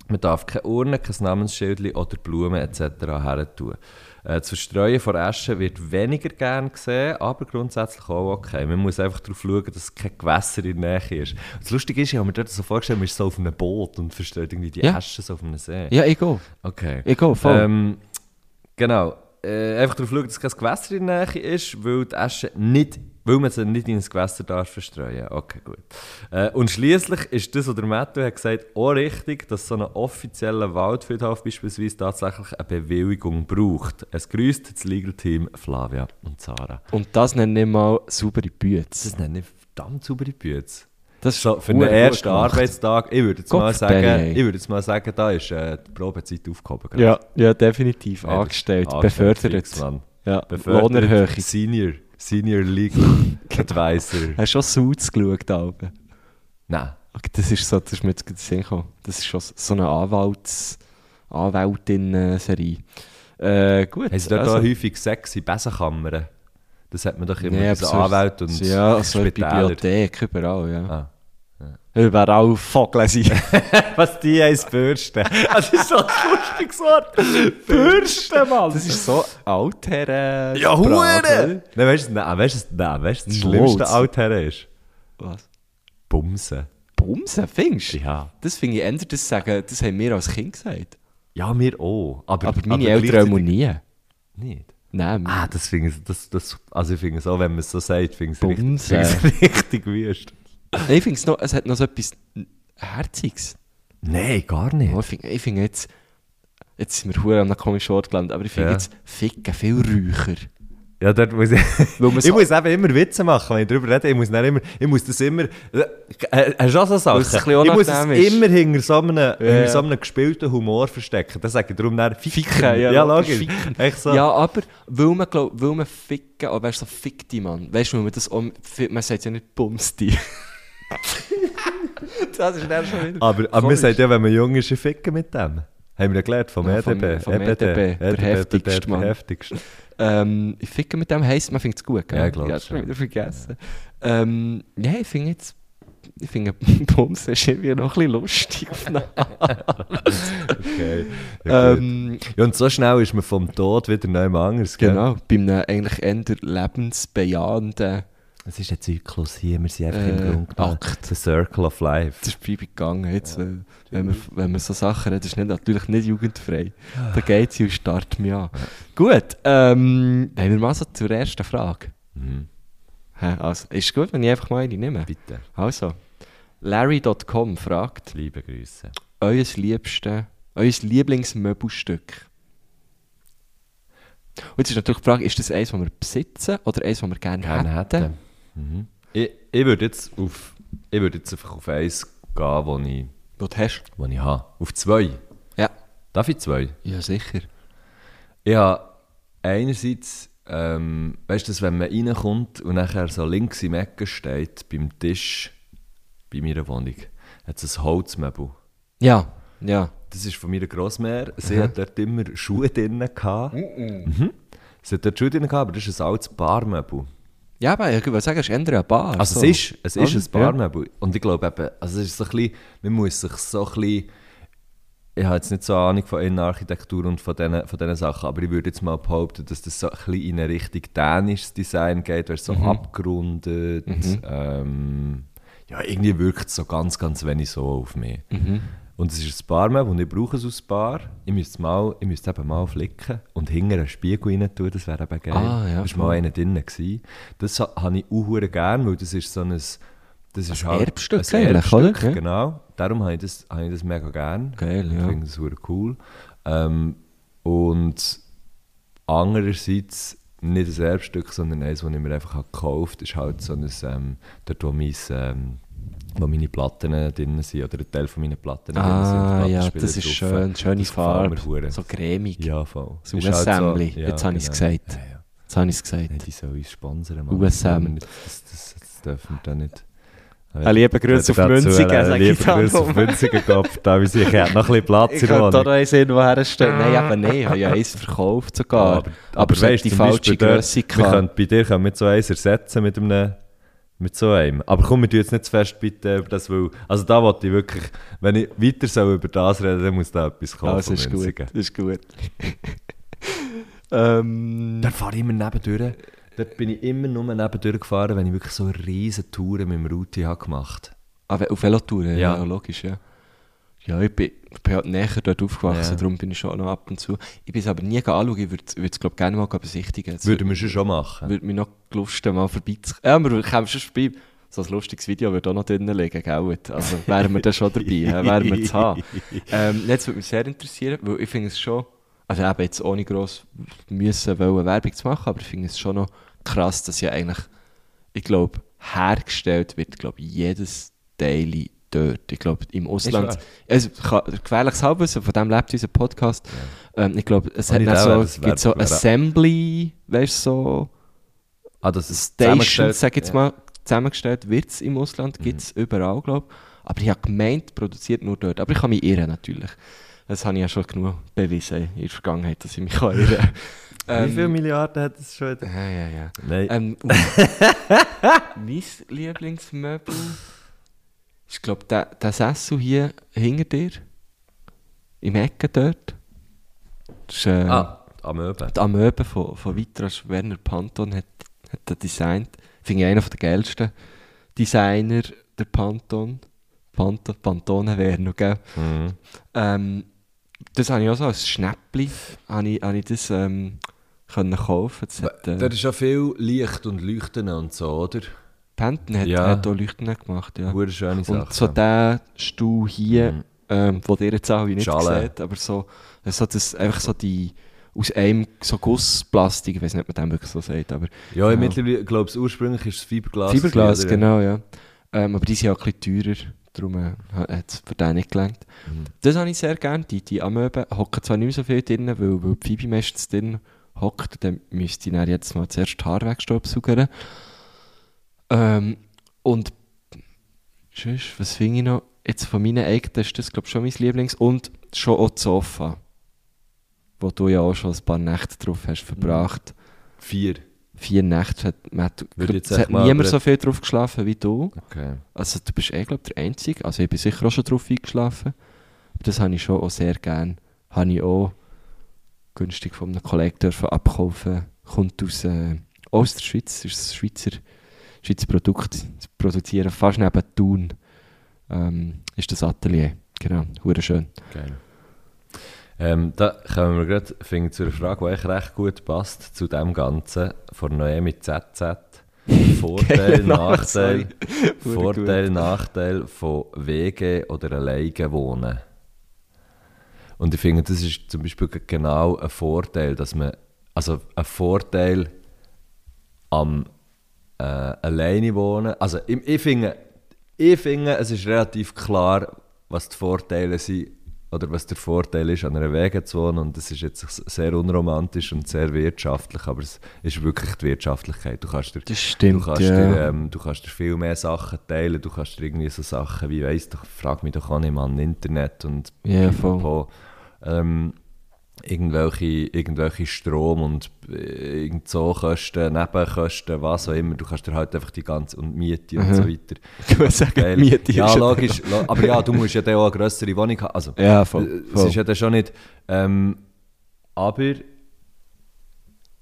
man darf keine Urne, kein Namensschild oder Blumen etc. her tun. Äh, das Verstreuen von Asche wird weniger gern gesehen, aber grundsätzlich auch okay. Man muss einfach darauf schauen, dass kein Gewässer in der Nähe ist. Das Lustige ist, ich habe mir dort so vorgestellt, man ist so auf einem Boot und verstreut irgendwie die
Ja.
Asche so auf einem See.
Ja, ich gehe.
Okay.
Ich gehe, voll.
Ähm, genau. äh, einfach darauf schauen, dass kein Gewässer in der Nähe ist, weil die Asche nicht, weil man sie nicht in ein Gewässer darf verstreuen. Okay, gut. Äh, und schließlich ist das, was der Matthew hat gesagt, auch richtig, dass so ein offizieller Waldfriedhof beispielsweise tatsächlich eine Bewilligung braucht. Es grüßt das Legal Team Flavia und Sarah.
Und das nennen wir mal saubere Bütze.
Das nenne ich verdammt saubere Bütze.
Das ist
So, für den
verdammt gut
ersten
gemacht.
Arbeitstag, ich würde jetzt mal
Kopf,
sagen,
Benny, hey.
ich würde jetzt mal sagen, da ist äh, die Probezeit aufgehoben. gerade.
Ja, ja, definitiv.
Ja, das ist
angestellt,
angestellt, fix,
befördert.
Mann.
Ja,
Befördert.
Lohnerhöhung.
Senior. Senior Legal Advisor.
Hast du schon Suits geschaut, Alben?
Nein.
Okay, Das ist so, das ist mir jetzt gerade in den Sinn gekommen. Das ist schon so eine Anwalts, Anwältin-Serie. Äh, gut.
Haben sie dort auch häufig sexy Besenkammern? Das hat man doch immer
Nee,
nee,
aber so-
Anwälte und
ja, so eine
Spitäler.
Bibliothek überall, ja.
Ah.
Überall Vogeln sind.
Was die eins Bürsten. Das ist so ein lustiges Wort. Bürsten, Mann.
Das ist so Altherren.
ja,
Sprache,
Hure!
oder?
Nein, weißt du, nein, weißt du, nein, weißt du, das
Ein
schlimmste
Schmutz.
Altherren ist?
Was?
Bumsen.
Bumsen, findest du?
Ja.
Das finde ich ändert, das sagen, das haben wir als Kind gesagt.
Ja, wir auch. Aber,
Aber meine Eltern haben
gleichzeitig
nie.
nicht.
Nein,
Ah, das finde ich, das, das, also ich finde es auch, wenn man es so sagt, finde ich es richtig,
Bumsen.
finde ich es richtig wüst.
ich finde es noch, es hat noch so etwas Herziges.
Nein, gar
Ja,
nicht.
ich finde ich find jetzt, jetzt sind wir hure an einem komischen Ort gelandet, aber ich finde
Ja.
jetzt Ficken viel räucher.
Ja, dort muss ich.
Weil man
ich
so-
muss eben immer Witze machen, wenn ich darüber rede. Ich muss, dann immer, ich muss das immer. Äh, hast du auch so Sachen?
es ein bisschen
Ich muss es
unangenehm ist.
immer hinter so, einem, hinter so einem gespielten Humor verstecken. Das sage ich darum dann Ficken.
ja,
ja logisch.
logisch, Ficken.
Echt so.
Ja, aber weil man, glaub, weil man Ficken, aber weißt du, so fick die Mann. Weißt du, weil man das auch, man sagt ja nicht bums die. das ist dann schon wieder.
Aber, aber man
komisch.
sagt ja, wenn man jung ist, ich ficke mit dem. Haben wir ja gelernt vom E
Ja, vom-
EDB.
vom EDB, der heftigste Mann.
E Der heftigste.
Ähm, ich ficke mit dem heisst, man findet es gut, gell?
Ja, ich glaub
das
schon.
habe ich wieder vergessen. Ähm, ja, ich finde jetzt, ich finde Bums ist irgendwie noch ein bisschen lustig.
Okay. Ja, gut.
ähm,
ja, und so schnell ist man vom Tod wieder neu anders. gell?
genau, bei einem eigentlich eher lebensbejahenden
Es ist ein Zyklus hier, wir sind einfach
Äh,
im Grunde genommen.
Akt.
The Circle of Life.
Das ist vorbei gegangen. Jetzt, äh, wenn, wir, wenn wir so Sachen reden, ist nicht, natürlich nicht jugendfrei.
Ah.
Da geht sie und startet mich an. Gut, ähm, haben wir mal so zur ersten Frage.
Mhm.
Hä, also, ist gut, wenn ich einfach mal eine nehme?
Bitte.
Also, Larry.com fragt,
Liebe Grüße.
euer liebste, euer Lieblingsmöbelstück. Und jetzt ist natürlich die Frage, ist das eins, das wir besitzen oder eins, das wir gerne,
Gerne
hätten?
hätten. Ich, ich würde jetzt, auf, ich würde jetzt einfach auf eins gehen, wo ich,
Was du hast?
wo ich habe. Auf zwei.
Ja.
Darf ich zwei?
Ja, sicher.
Ich habe einerseits, ähm, weißt du, dass wenn man reinkommt und nachher so links im Ecken steht, beim Tisch, bei meiner Wohnung, hat es ein Holzmöbel.
Ja, ja.
Das ist von meiner Grossmär. Sie hat dort immer Schuhe drin. gehabt. Mhm. Sie hat dort Schuhe drin, gehabt, aber das ist ein altes Barmöbel.
Ja, aber ich würde sagen, es ist eher ein Bar.
Also
so.
es ist, es ist ein
Oder? Ja.
Barmöbel. Und ich glaube eben, also es ist so ein bisschen, man muss sich so ein bisschen, ich habe jetzt nicht so Ahnung von Innenarchitektur und von diesen von diesen Sachen, aber ich würde jetzt mal behaupten, dass das so ein bisschen in eine Richtung dänisches Design geht, weil es
Mhm.
so abgerundet, ähm, ja irgendwie wirkt es so ganz, ganz wenig so auf mich.
Mhm.
Und es ist ein Barmöbel und ich brauche es als Bar. Ich müsste, es mal, ich müsste eben mal flicken und hinter einen Spiegel rein tun, das wäre eben geil.
Ah, ja,
das war mal einer drin. Gewesen. Das ha- habe ich auch verdammt gern, weil das ist so ein... Das ist
Ein
halt
Erbstück
ein
eigentlich, oder?
Erbstück,
Ja.
Genau. Darum habe ich das, habe ich das mega gern.
Geil,
Ich
ja.
finde das verdammt cool. Ähm, und andererseits nicht ein Erbstück, sondern eins, das ich mir einfach habe gekauft habe, ist halt so ein, ähm, dort wo, mein, ähm, wo meine Platten drin sind, oder ein Teil von meinen Platten
Ah,
drin sind.
ja,
Plattenspieler
das ist
drauf.
schön. Schöne
Das gefällt
Farbe.
mir verdammt.
So cremig.
Ja, voll.
So
Ist
ein
halt so-
Sämmli.
ja,
Jetzt habe ich es
genau.
gesagt.
Ja, ja.
Jetzt habe ich es gesagt.
Nein, die sollen uns sponsern,
Uwe
Das
Sam.
dürfen wir nicht- Das, das, das dürfen wir da nicht.
Ein lieber Grüß Ah, auf Münzigen, sag ich
Lieber
da
Grüß auf
nur.
Münzigen, Kopf. Da weiß ich, ich hätte noch ein bisschen Platz in der
könnte
Wohnung.
noch eins hin, woher stehen. Nein, eben nein. Ich habe ja eins verkauft sogar.
aber aber
es hat
weißt,
die
zum
falsche
Beispiel dort,
Größe
wir
gehabt.
können, bei dir können wir so eins ersetzen mit einem, mit so einem. Aber komm, wir tun jetzt nicht zu fest bitte über das, weil, also da wollte ich wirklich, wenn ich weiter soll über das reden, dann muss da etwas kommen von
Also ist gut.
Münzigen.
Ist gut. ähm,
Dann fahre ich immer nebendurch. Dort bin ich immer nur nebendurch gefahren, wenn ich wirklich
Ah,
so riesige Touren mit dem Routi habe gemacht habe.
aber auf Velotour, ja.
Ja.
ja, logisch, ja. Ja, ich bin, ich bin halt näher dort aufgewachsen,
Ja.
darum bin ich schon noch ab und zu. Ich bin es aber nie anschauen, ich würde es, glaube gerne mal besichtigen. Also Es
Würden wir schon schon machen.
würde mich noch lusten, mal vorbeizukommen. Ja, wir kämen schon vorbei. So ein lustiges Video würde auch noch drinnen liegen, gell? gut. Also wären wir da schon dabei, hä? wären wir zu haben. Ähm, jetzt würde mich sehr interessieren, weil ich finde es schon, also eben jetzt ohne gross müssen wollen, Werbung zu machen, aber ich finde es schon noch krass, dass ja eigentlich, ich glaube, hergestellt wird, glaube ich, jedes Daily dort. Ich glaube, im Ausland,
wahr.
also kann- gefährliches Halbwissen, von dem lebt unser Podcast. Ähm, ich glaube, es
Und
hat
ich
dann
glaube,
so,
das
gibt so
wäre- wäre-
Assembly, weißt du, so...
Ah, das ist
Station,
zusammengestellt. Mhm.
sag jetzt mal, zusammengestellt wird es im Ausland, gibt es überall, glaube ich. Aber ich habe gemeint, produziert nur dort. Aber ich kann mich irren, natürlich. Das habe ich ja schon genug bewiesen in der Vergangenheit, dass ich mich kann irren kann. ähm,
Wie viele Milliarden hat es schon? wieder?
Ja, ja, ja.
Nein.
Ähm, uh, mein Lieblingsmöbel ist, glaube ich, der, der Sessel hier hinter dir. Im Ecken dort. Das ist, äh,
ah, am Öben.
die Amöbe von, von Vitras Werner Panton hat, hat er designt. Finde ich einer der geilsten Designer, der Panton. Panton, Pantone Werner, gell?
Mhm.
Ähm, das habe ich auch so als Schnäppli, habe ich, habe ich das ähm, können kaufen. Das hat,
Dort
äh,
ist ja viel Licht und Leuchten und so, oder?
Panton hat,
Ja.
hat auch Leuchten gemacht, ja.
Hure schöne Sachen.
Und so der Stuhl hier,
Mhm.
ähm, wo ihr jetzt auch nicht
Schale.
seht, aber so, so das, einfach so die, aus einem so Gussplastik, ich weiß nicht, ob man dem wirklich so sagt, aber
ja,
genau.
mittlerweile, glaube ich, ursprünglich ist es Fiberglas.
Fiberglas,
gewesen, oder?
genau, ja. Ähm, aber die sind ja auch ein bisschen teurer, darum äh, hat es für den nicht gelangt. Das habe ich sehr gerne, die, die Amöben hocken zwar nicht mehr so viel drin, weil, weil die Phoebe meistens drin hockt, dann müsste ich dann jetzt mal zuerst die Haare wegstaubsaugern. Ähm, und sonst, was finde ich noch? Jetzt von meinen eigenen ist das, glaube ich, schon mein Lieblings- und schon auch das Sofa, wo du ja auch schon ein paar Nächte drauf hast verbracht
Vier.
vier Nächte hat, man hat,
Würde
glaub,
jetzt
es
echt
hat
mal
niemand
über-
so viel drauf geschlafen wie du.
Okay.
Also du bist eh, glaube der Einzige. Also ich bin sicher auch schon drauf eingeschlafen. Aber das habe ich schon auch sehr gern. Habe ich auch günstig von einem Kollegen dürfen abkaufen. Kommt aus äh, Osterschweiz, ist ein Schweizer, Schweizer Produkt. Sie produzieren fast neben Thun. Ähm, ist das Atelier. Genau, hure schön.
Geil. Ähm, da kommen wir gerade finde ich, zu einer Frage, die eigentlich recht gut passt, zu dem Ganzen von Noemi ZZ. Vorteil,
Geiler Name,
Nachteil,
Genau, Hure
Vorteil, Nachteil von WG oder alleine wohnen. Und ich finde, das ist zum Beispiel genau ein Vorteil, dass man, also ein Vorteil am äh, alleine wohnen. Also ich, ich, finde, ich finde, es ist relativ klar, was die Vorteile sind oder was der Vorteil ist, an einer Wege zu wohnen. Und das ist jetzt sehr unromantisch und sehr wirtschaftlich, aber es ist wirklich die Wirtschaftlichkeit. Du kannst dir,
Das stimmt,
du kannst
ja.
dir, ähm, du kannst dir viel mehr Sachen teilen, du kannst dir irgendwie so Sachen, wie weiss, doch, frag mich doch auch nicht mal im Internet und
Ja, voll.
pipapo. Ähm, irgendwelche, irgendwelche Strom und äh, irgend so Kosten, Nebenkosten, was auch immer. Du kannst dir halt einfach die ganze und Miete und so weiter.
Ich würde sagen,
Geil.
Mhm. Miete ist
ja,
ja-
logisch. lo- Aber ja, du musst ja dann auch eine grössere Wohnung haben. Also,
Ja, voll,
äh, Es
voll.
ist ja dann schon nicht. Ähm, aber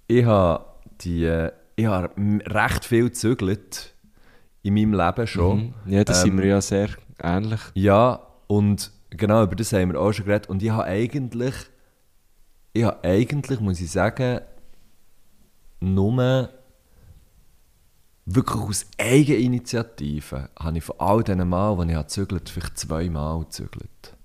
ich habe die, äh, ich habe m- recht viel gezögert in meinem Leben schon.
Ja, da sind
Ähm,
wir ja sehr ähnlich.
ja, und genau, über das haben wir auch schon geredet. Und ich habe eigentlich, ich habe eigentlich, muss ich sagen, nur wirklich aus Eigeninitiative habe ich von all diesen Mal, die ich habe gezögert, vielleicht zweimal gezögert.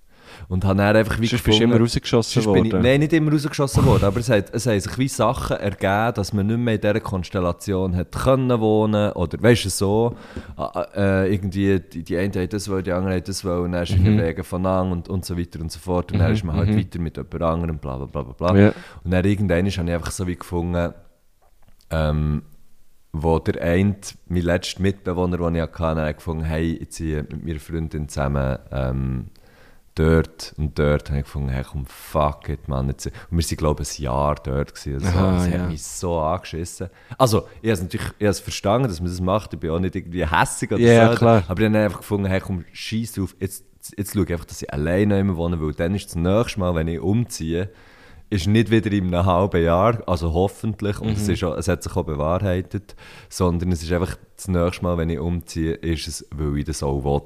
Und habe dann einfach wie
Sonst bist du immer rausgeschossen
Sonst bin ich-
worden.
Nein, nicht immer rausgeschossen worden, aber es, hat, es haben sich wie Sachen ergeben, dass man nicht mehr in dieser Konstellation hat können wohnen oder weißt du so, äh, äh, irgendwie die, die eine hat das wollen, die andere hat das wollen, und dann ist mhm. wegen von an und, und so weiter und so fort und dann ist man halt weiter mit jemand anderem, bla bla bla bla. bla.
Mhm, Ja.
Und dann irgendwann habe ich einfach so wie gefunden, ähm, wo der eine, mein letzter Mitbewohner, den ich hatte, dann hat gefunden, hey, ich ziehe mit meiner Freundin zusammen ähm, dort und dort. habe ich gefunden, hey, komm, fuck it, Mann. Jetzt. Und wir waren, glaube ich, ein Jahr dort. Gewesen, oder so.
Aha,
das
ja.
hat mich so angeschissen. Also, ich habe es natürlich ich habe es verstanden, dass man das macht. Ich bin auch nicht irgendwie hässig oder
Ja,
so.
klar.
Aber dann habe ich einfach gefunden, hey, komm, scheiß drauf. Jetzt, jetzt schaue ich einfach, dass ich alleine immer wohne, weil dann ist das nächste Mal, wenn ich umziehe, ist nicht wieder in einem halben Jahr, also hoffentlich, und
Mhm.
es, ist auch, es hat sich auch bewahrheitet, sondern es ist einfach das nächste Mal, wenn ich umziehe, ist es, weil ich das auch will.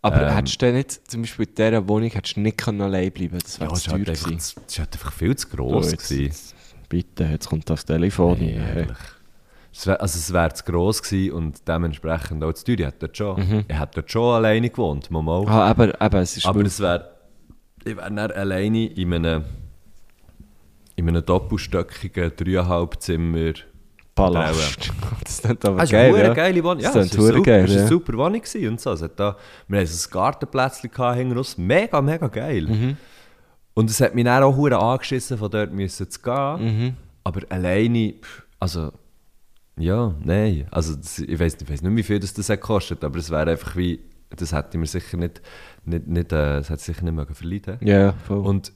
Aber
Ähm.
hättest du denn nicht, zum Beispiel in dieser Wohnung, hättest du nicht können allein bleiben können? Das wäre zu
es war
teuer
halt, einfach-
gewesen.
es ist halt einfach viel zu
Oh,
gross.
jetzt-
gewesen.
jetzt- Bitte, jetzt kommt das Telefon.
Nee, ehrlich. Es wär, also es wäre zu gross gewesen und dementsprechend auch zu teuer. Ich hätte dort schon, ich hätte dort schon alleine gewohnt, mal mal.
Mhm. ah, aber, aber es ist
Aber es wäre, ich wäre dann alleine in einem, in einem doppelstöckigen, dreieinhalb Zimmer.
Palast. das ist nicht aber
Das Ah, ist
geil,
eine
ja.
verdammt geile Wohnung. Ja, es
Das ist
ist super,
geil,
es ist eine
ja.
super Wohnung gewesen und so. Es hat da, wir hatten so ein Gartenplätzchen gehabt hinten raus. Mega, mega geil.
Mhm.
Und es hat mich dann auch hure angeschissen, von dort müssen zu gehen.
Mhm.
Aber alleine, pff, also, ja, nein. Also, das, ich weiß nicht, ich weiss nicht, wie viel das, das hat gekostet, aber es wäre einfach wie, das hätte ich mir sicher nicht, nicht, nicht äh, das hätte ich sicher nicht mögen verleiden
Ja, voll.
und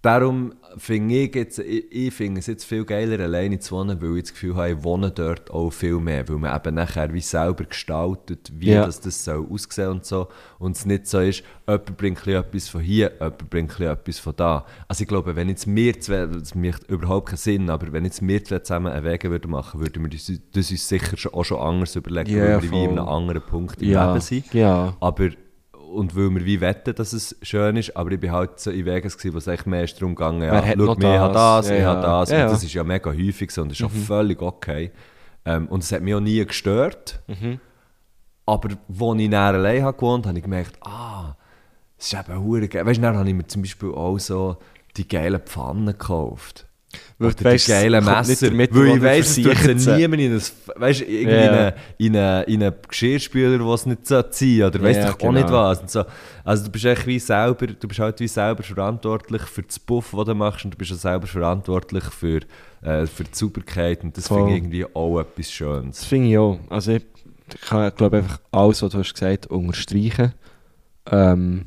darum finde ich jetzt, ich, ich finde es jetzt viel geiler, alleine zu wohnen, weil ich das Gefühl habe, ich wohne dort auch viel mehr, weil man eben nachher wie selber gestaltet, wie
Ja.
das, das soll aussehen und so. Und es nicht so ist, jemand bringt ein bisschen etwas von hier, jemand bringt ein bisschen etwas von da. Also ich glaube, wenn jetzt wir zwei, das macht überhaupt keinen Sinn, aber wenn jetzt wir zwei zusammen einen Weg würden machen, würden wir das, das uns sicher schon, auch schon anders überlegen,
Ja,
weil wir wie
voll.
in einem anderen Punkt im
ja,
Leben sind.
ja.
Aber, und weil wir wie wetten, dass es schön ist, aber ich war halt so in Vegas, gewesen, wo es eigentlich mehr ist darum ging, ja,
Wer hat
schau,
noch
mir hat
das?
das,
Ja,
ich habe
ja.
das.
Ja, Mhm.
Und
ja.
das ist ja mega häufig so und das ist auch völlig okay. Ähm, und es hat mich auch nie gestört.
Mhm.
Aber als ich näher allein habe gewohnt habe, habe ich gemerkt, ah, es ist eben hure geil. Weißt du, dann habe ich mir zum Beispiel auch so die geilen Pfannen gekauft.
Weil
Oder
du weißt,
die
es
geilen
kommt nicht
Messer.
damit,
weil
wo
ich
du
weiss, es tut
versichert
sie
sie.
niemand in ein, weißt, irgendwie
Ja.
in einen in eine, in eine Geschirrspüler, wo es nicht so ziehen oder weißt
Ja,
doch auch
genau.
nicht was. Und so. Also du bist echt wie selber, du bist halt wie selber verantwortlich für das Puff, was du machst und du bist auch selber verantwortlich für, äh, für die Sauberkeit und das
Voll.
finde ich irgendwie auch etwas Schönes.
Das finde ich auch. Also ich kann, glaube einfach alles, was du hast gesagt, unterstreichen. Ähm,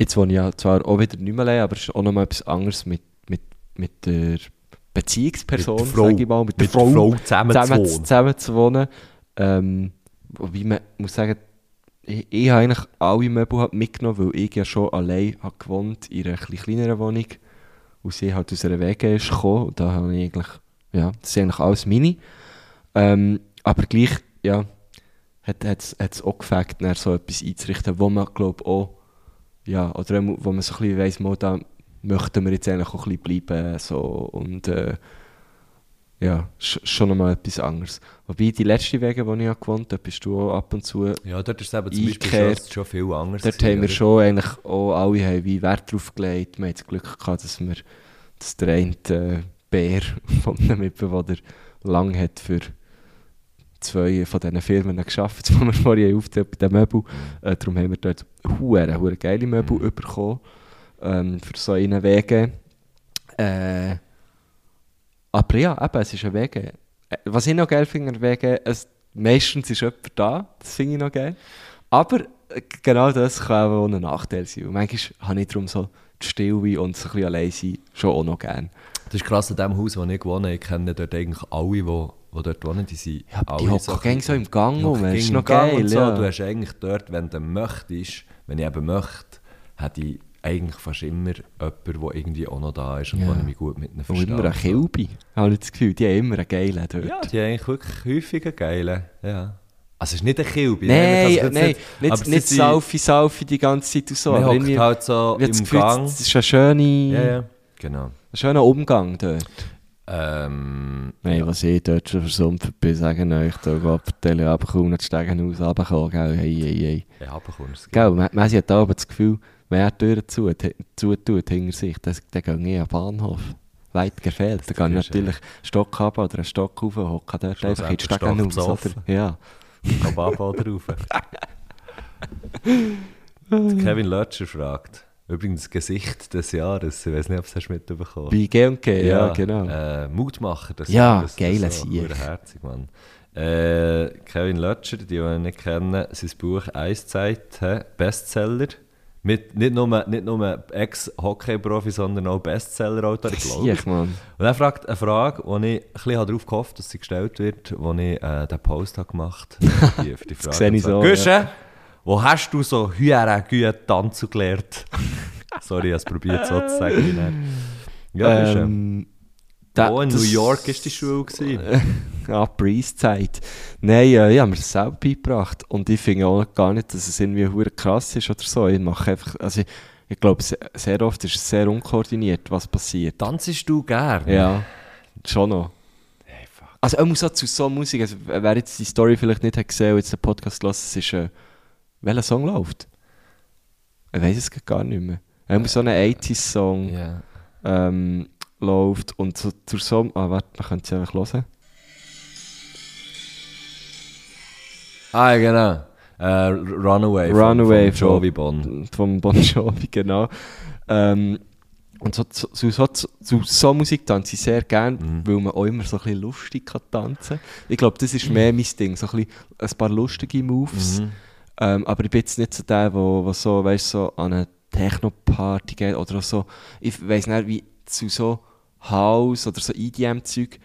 jetzt wohne ich ja zwar auch wieder nicht mehr allein, aber es ist auch noch mal etwas anderes mit, mit, mit der Beziehungsperson,
Mit der Frau.
sage ich mal, mit der
Mit der
Frau
Frau zusammen, zu
zusammen,
wohnen.
zusammen zu wohnen. Ähm, wobei man muss sagen, ich, ich habe eigentlich alle Möbel halt mitgenommen, weil ich ja schon allein habe gewohnt in einer etwas kleineren Wohnung. Und sie halt aus einer WG ist gekommen. Und da habe ich eigentlich, ja, das sind eigentlich alles meine. Ähm, aber gleich, ja, hat es auch gefällt, dann so etwas einzurichten, wo man, glaube ich, auch, ja, oder einmal, wo man so ein bisschen weiss, mal, da möchten wir jetzt eigentlich auch ein bisschen bleiben, so, und, äh, ja, sch schon nochmal etwas anderes. Wobei, die letzten Wege, wo ich habe gewohnt habe, bist du auch ab und zu
Ja, dort ist es eben zum Beispiel
Eingekehrt.
schon, schon viel anders.
Dort
gewesen,
haben wir
oder?
schon eigentlich auch alle haben wie Wert drauf gelegt. Wir haben das Glück gehabt, dass wir dass der eine äh, Bär von einem Mitbewohner lang hat für zwei von diesen Firmen geschafft, die wir vorhin aufgezogen haben, bei den Möbel. Äh, darum haben wir dort hure, hure geile Möbel
Mhm.
bekommen ähm, für so einen Wege. Äh, aber ja, eben, es ist ein Wege. Äh, Was ich noch geil finde an Wegen, es, meistens ist jemand da, das finde ich noch geil. Aber äh, genau das kann eben auch ein Nachteil sein. Und manchmal habe ich darum so die Stille und so ein bisschen allein sein schon auch noch gern.
Das ist krass, in dem Haus, wo ich wohne, ich kenne dort eigentlich alle, die, die dort wohnen, die sind
die
alle
hocken gäng so im Gang
Die hocken
rum, das
gäng
ist
im
noch
Gang und
geil.
So.
ja.
Du hast eigentlich dort, wenn du möchtest, wenn ich eben möchte, hätte ich eigentlich fast immer jemanden, der irgendwie auch noch da ist und
Ja.
wo ich mich gut mit ihnen
Und
verstehe.
immer ein Kilby, habe ich das Gefühl, die haben immer einen geilen dort.
Ja, die haben eigentlich wirklich häufig einen geilen. Ja. Also es ist nicht ein Kilby.
Nein,
also
nein, nicht,
aber
nicht,
sie sind-
Saufi, Saufi die ganze Zeit und so.
Man
aber
hockt
irgendwie-
halt so
ich habe das
im
Gefühl,
Gang.
Das ist ein schöner,
Ja, ja, genau.
ein schöner Umgang dort.
Ähm,
Nein, was ich dort schon versumpft bin, sagen euch, da geht der Tele runterkommen, die Stegen raus, runterkommen, gell, hey, hey, hey.
ja, aber kommst du.
Gell, man, man hat da aber das Gefühl, wenn er die Türen zu, zutut hinter sich, dann, dann gehe ich an den Bahnhof. Weit gefehlt. Dann gehe ich
ist
natürlich einen Stock ab oder einen Stock rauf, hocke dort einfach in die Stegen
Schlussendlich
raus. Oder?
besoffen.
Ja.
Komm ab oder rauf. Kevin Lötscher fragt. Übrigens Gesicht des Jahres. Ich weiß nicht, ob du es mitbekommen hast.
Bei G&G, ja, genau.
Äh, Mut machen. Das
Ja,
das- das
geiler
ist so
Sieg.
verdammt herzig, Mann. Äh, Kevin Lötscher, die, die ich nicht kenne, sein Buch «Eiszeit», hä? Bestseller. Mit nicht nur, nicht nur Ex-Hockey-Profi, sondern auch Bestseller-Autor, ich glaube.
Sieg, Mann.
Und er fragt eine Frage, wo ich ein bisschen darauf gehofft dass sie gestellt wird, als ich äh, den Post habe gemacht habe. Die, die Frage.
sehe ich
Und zwar,
so, ja.
«Güsche, wo hast du so hüere Güte tanzen gelernt? Sorry, ich habe es probiert so zu sagen. wie er. Ja, Güsche.
Ähm, Da-
Wo in
das-
New York war die Schule. Gewesen.
Ah, Preiszeit. Nein, äh, ich habe mir das selber beigebracht. Und ich finde auch gar nicht, dass es irgendwie hure krass ist oder so. Ich mache einfach, also ich, ich glaube, se- sehr oft ist es sehr unkoordiniert, was passiert.
Tanzest du gern?
Ja, schon noch. Also ich muss auch zu so Musik, also wer jetzt die Story vielleicht nicht hat gesehen und jetzt den Podcast hört, es ist, äh, welcher Song läuft? Ich weiß es gar nicht mehr. Er muss so einen 80s-Song
Ja.
ähm, läuft und so, zu so, ah warte, man könnte es einfach hören.
Ah, genau. Äh, Runaway. von-
Runaway
von Jovi Bond.
Vom Bon Jovi, genau. Ähm, und so, zu, zu, so, zu so Musik tanze ich sehr gerne,
Mhm.
weil man auch immer so ein bisschen lustig kann tanzen kann. Ich glaube, das ist mehr mein Ding, so ein, bisschen, ein paar lustige Moves.
Mhm.
Ähm, aber ich bin jetzt nicht so der, wo, wo so, weißt, so an eine Techno-Party geht oder auch so, ich weiss nicht, wie zu so House oder so EDM-Zeug,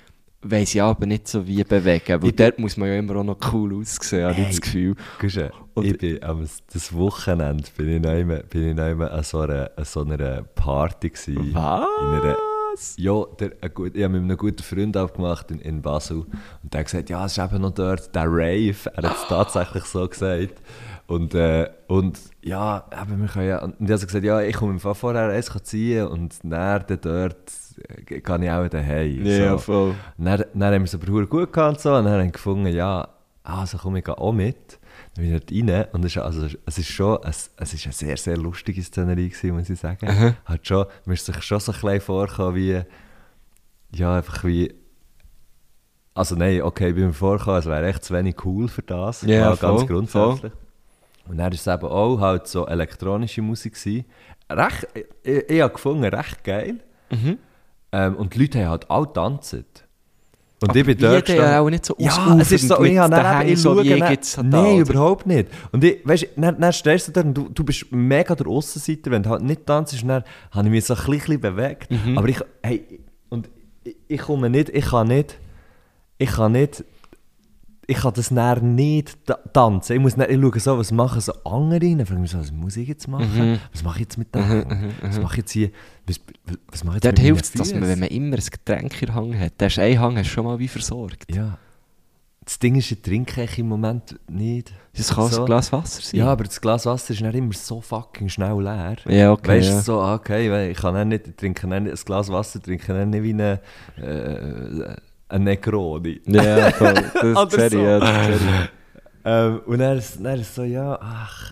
weiss ich aber nicht so, wie bewegen. Weil dort muss man ja immer auch noch cool aussehen, habe ich das Gefühl.
Guck
Und-
mal, ich bin am das Wochenende bin ich noch immer, bin ich noch immer an, so einer, an so einer Party gewesen. In einer,
Was?
ja, der, ein gut, ich habe mit einem guten Freund abgemacht in, in Basel und der hat gesagt, ja, es ist eben noch dort, der Rave, er hat es tatsächlich so gesagt. Und, äh, und ja, eben, wir können ja, und ich habe so gesagt, ja, ich komme im Fall vorher eins ziehen und dann dann dort äh, kann ich auch daheim.
Ja,
so.
voll.
Und Dann, dann haben wir es aber verdammt gut gehabt und so. Und dann haben wir gefunden, ja, also komm, ich gehe auch mit. Dann bin ich dort rein und es war also, es ist schon es, es ist eine sehr, sehr lustige Szenerie, gewesen, muss ich sagen. Hat schon, mir ist sich schon so ein bisschen vorgekommen wie, ja, einfach wie, also nein, okay, bei mir vorgekommen, es wäre echt zu wenig cool für das,
Ja,
mal ganz
voll,
grundsätzlich. Und dann war es eben auch halt so elektronische Musik. Gewesen. Recht, ich, ich, ich habe gefunden, recht geil. Ähm, und die Leute haben halt alle getanzt. Und ich bin dort
Jeder ja
gestanden-
er auch nicht so
ja, es ist so, ich habe dann eben- ich
so
schaue
wie
dann-
jetzt
Nein, überhaupt nicht. Und ich, weißt, du, dann, dann stehst du da und du, du bist mega der Aussenseiter, wenn du halt nicht tanzt. Und dann habe ich mich so ein bisschen bewegt. Aber ich, hey, und ich, ich komme nicht, ich kann nicht, ich kann nicht, ich kann das dann nicht dus ta- tanzen. Ich muss dann, ich schaue so, was machen so andere rein. Ich frage mich so, was muss ich jetzt machen? Was mache ich jetzt mit dem? Was mache ich jetzt hier? Was, was- was mache ich jetzt mit
Dort
meinen
hilft es, dass man,
Füssen?
wenn man immer ein Getränk in der Hand hat, dann ist ein Hang hast du schon mal wie versorgt.
Ja. Das Ding ist, ich trinke ich im Moment nicht.
Das kann so. ein Glas Wasser sein.
Ja, aber das Glas Wasser ist nicht immer so fucking schnell leer.
Ja, okay,
Weißt du,
ja.
so, ah, okay, weil ich kann auch nicht, ich trinke auch nicht, ein Glas Wasser trinke ich auch nicht wie eine, äh, eine Negroni.
ja voll. das
Oder
sehe ich,
so.
ja, das sehe ich.
Ähm, und dann ist, dann ist so, ja, ach,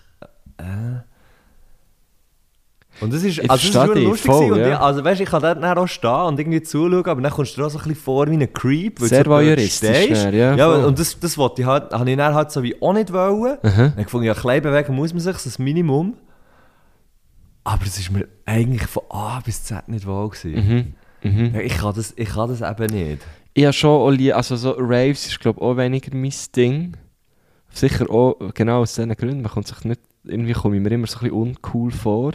äh. Und das ist,
Ich
also das
verstehe
ist schon
dich,
lustig
voll,
gewesen. und
ja.
ich, also weißt, ich kann dort dann auch stehen und irgendwie zuschauen, aber dann kommst du dir auch so ein bisschen vor wie ein Creep, weil
Sehr
du so dort
voyeuristisch
stehst.
dann, ja,
ja
voll.
und das, das wollte ich halt, habe ich dann halt so wie auch nicht wollen. Dann habe ich gefunden, ja, klein bewegen muss man sich, das ist das Minimum. Aber es ist mir eigentlich von A bis Z nicht wohl gewesen.
Mhm,
Ja, Ich, kann das, ich kann das eben nicht.
Ich habe schon auch lie- also so Raves ist glaube auch weniger mein Ding. Sicher auch, genau aus diesen Gründen, man kommt sich nicht, irgendwie komme ich mir immer so ein bisschen uncool vor.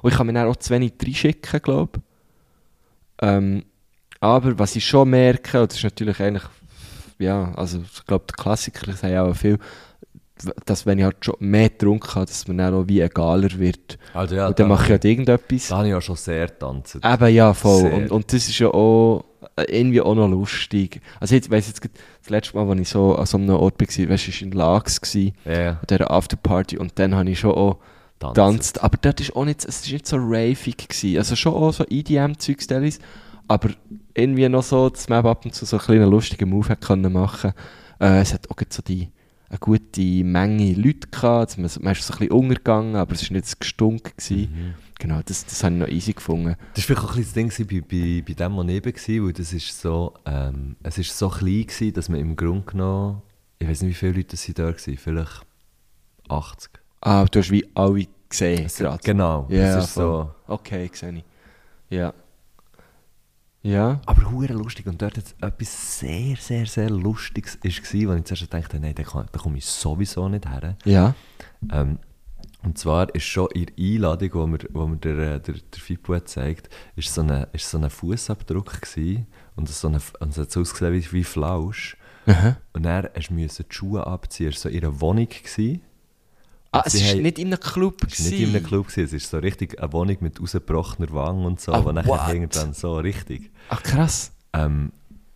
Und ich kann mir dann auch zu wenig reinschicken, glaube ich. Ähm, aber was ich schon merke, und das ist natürlich eigentlich, ja, also ich glaube, die Klassiker sagen auch viel, dass wenn ich halt schon mehr getrunken habe, dass mir dann auch wie egaler wird.
Also ja,
und dann
da-
mache ich halt irgendetwas.
Da habe ich ja schon sehr getanzt.
Eben, ja, voll.
Sehr.
Und, und das ist ja auch äh, irgendwie auch noch lustig. Also jetzt, weiss jetzt, grad, das letzte Mal, als ich so an so einem Ort war, weißt du, war in Lags, gewesen,
Ja.
an dieser Afterparty, und dann habe ich schon auch
Tanzen.
getanzt. Aber dort ist auch nicht, es ist nicht so ravig gewesen. Also schon auch so EDM-Zeugs, aber irgendwie noch so, dass man eben ab und zu so einen kleinen lustigen Move hat können machen äh, Es hat auch grad so die eine gute Menge Leute gehabt, man, man ist so ein bisschen untergegangen, aber es war nicht so gestunken.
Mhm.
Gewesen. Genau, das, das habe ich noch easy gefunden.
Das war vielleicht auch ein bisschen das Ding gewesen bei, bei, bei dem, wo ich eben war, weil das ist so, ähm, es ist so klein gewesen, dass man im Grunde genommen, ich weiß nicht, wie viele Leute es da waren, vielleicht 80.
Ah, du hast wie alle gesehen. grad.
Genau,
Ja,
das ist so.
voll. Okay, sehe ich. Ja. Ja.
Aber hure lustig und dort hat etwas sehr, sehr, sehr Lustiges ist gewesen, wo ich zuerst dachte, nein, da, kann, da komme ich sowieso nicht her.
Ja.
Ähm, und zwar ist schon in der Einladung, wo mir, wo mir der, äh, der, der Fipu hat gezeigt ist so ein ist so ein Fußabdruck gewesen und so eine, und es hat so ausgesehen wie, wie Flausch. Und dann hast du müssen die Schuhe abziehen. Es war so in einer Wohnung. Gewesen.
Ah, es
Sie
war
haben-
nicht in einem Club.
Es war nicht in einem Club, gewesen. es war so richtig eine Wohnung mit rausgebrochener Wange und so,
Ah,
wo nachher
what?
irgendwann so richtig.
Ah, krass.
Ähm,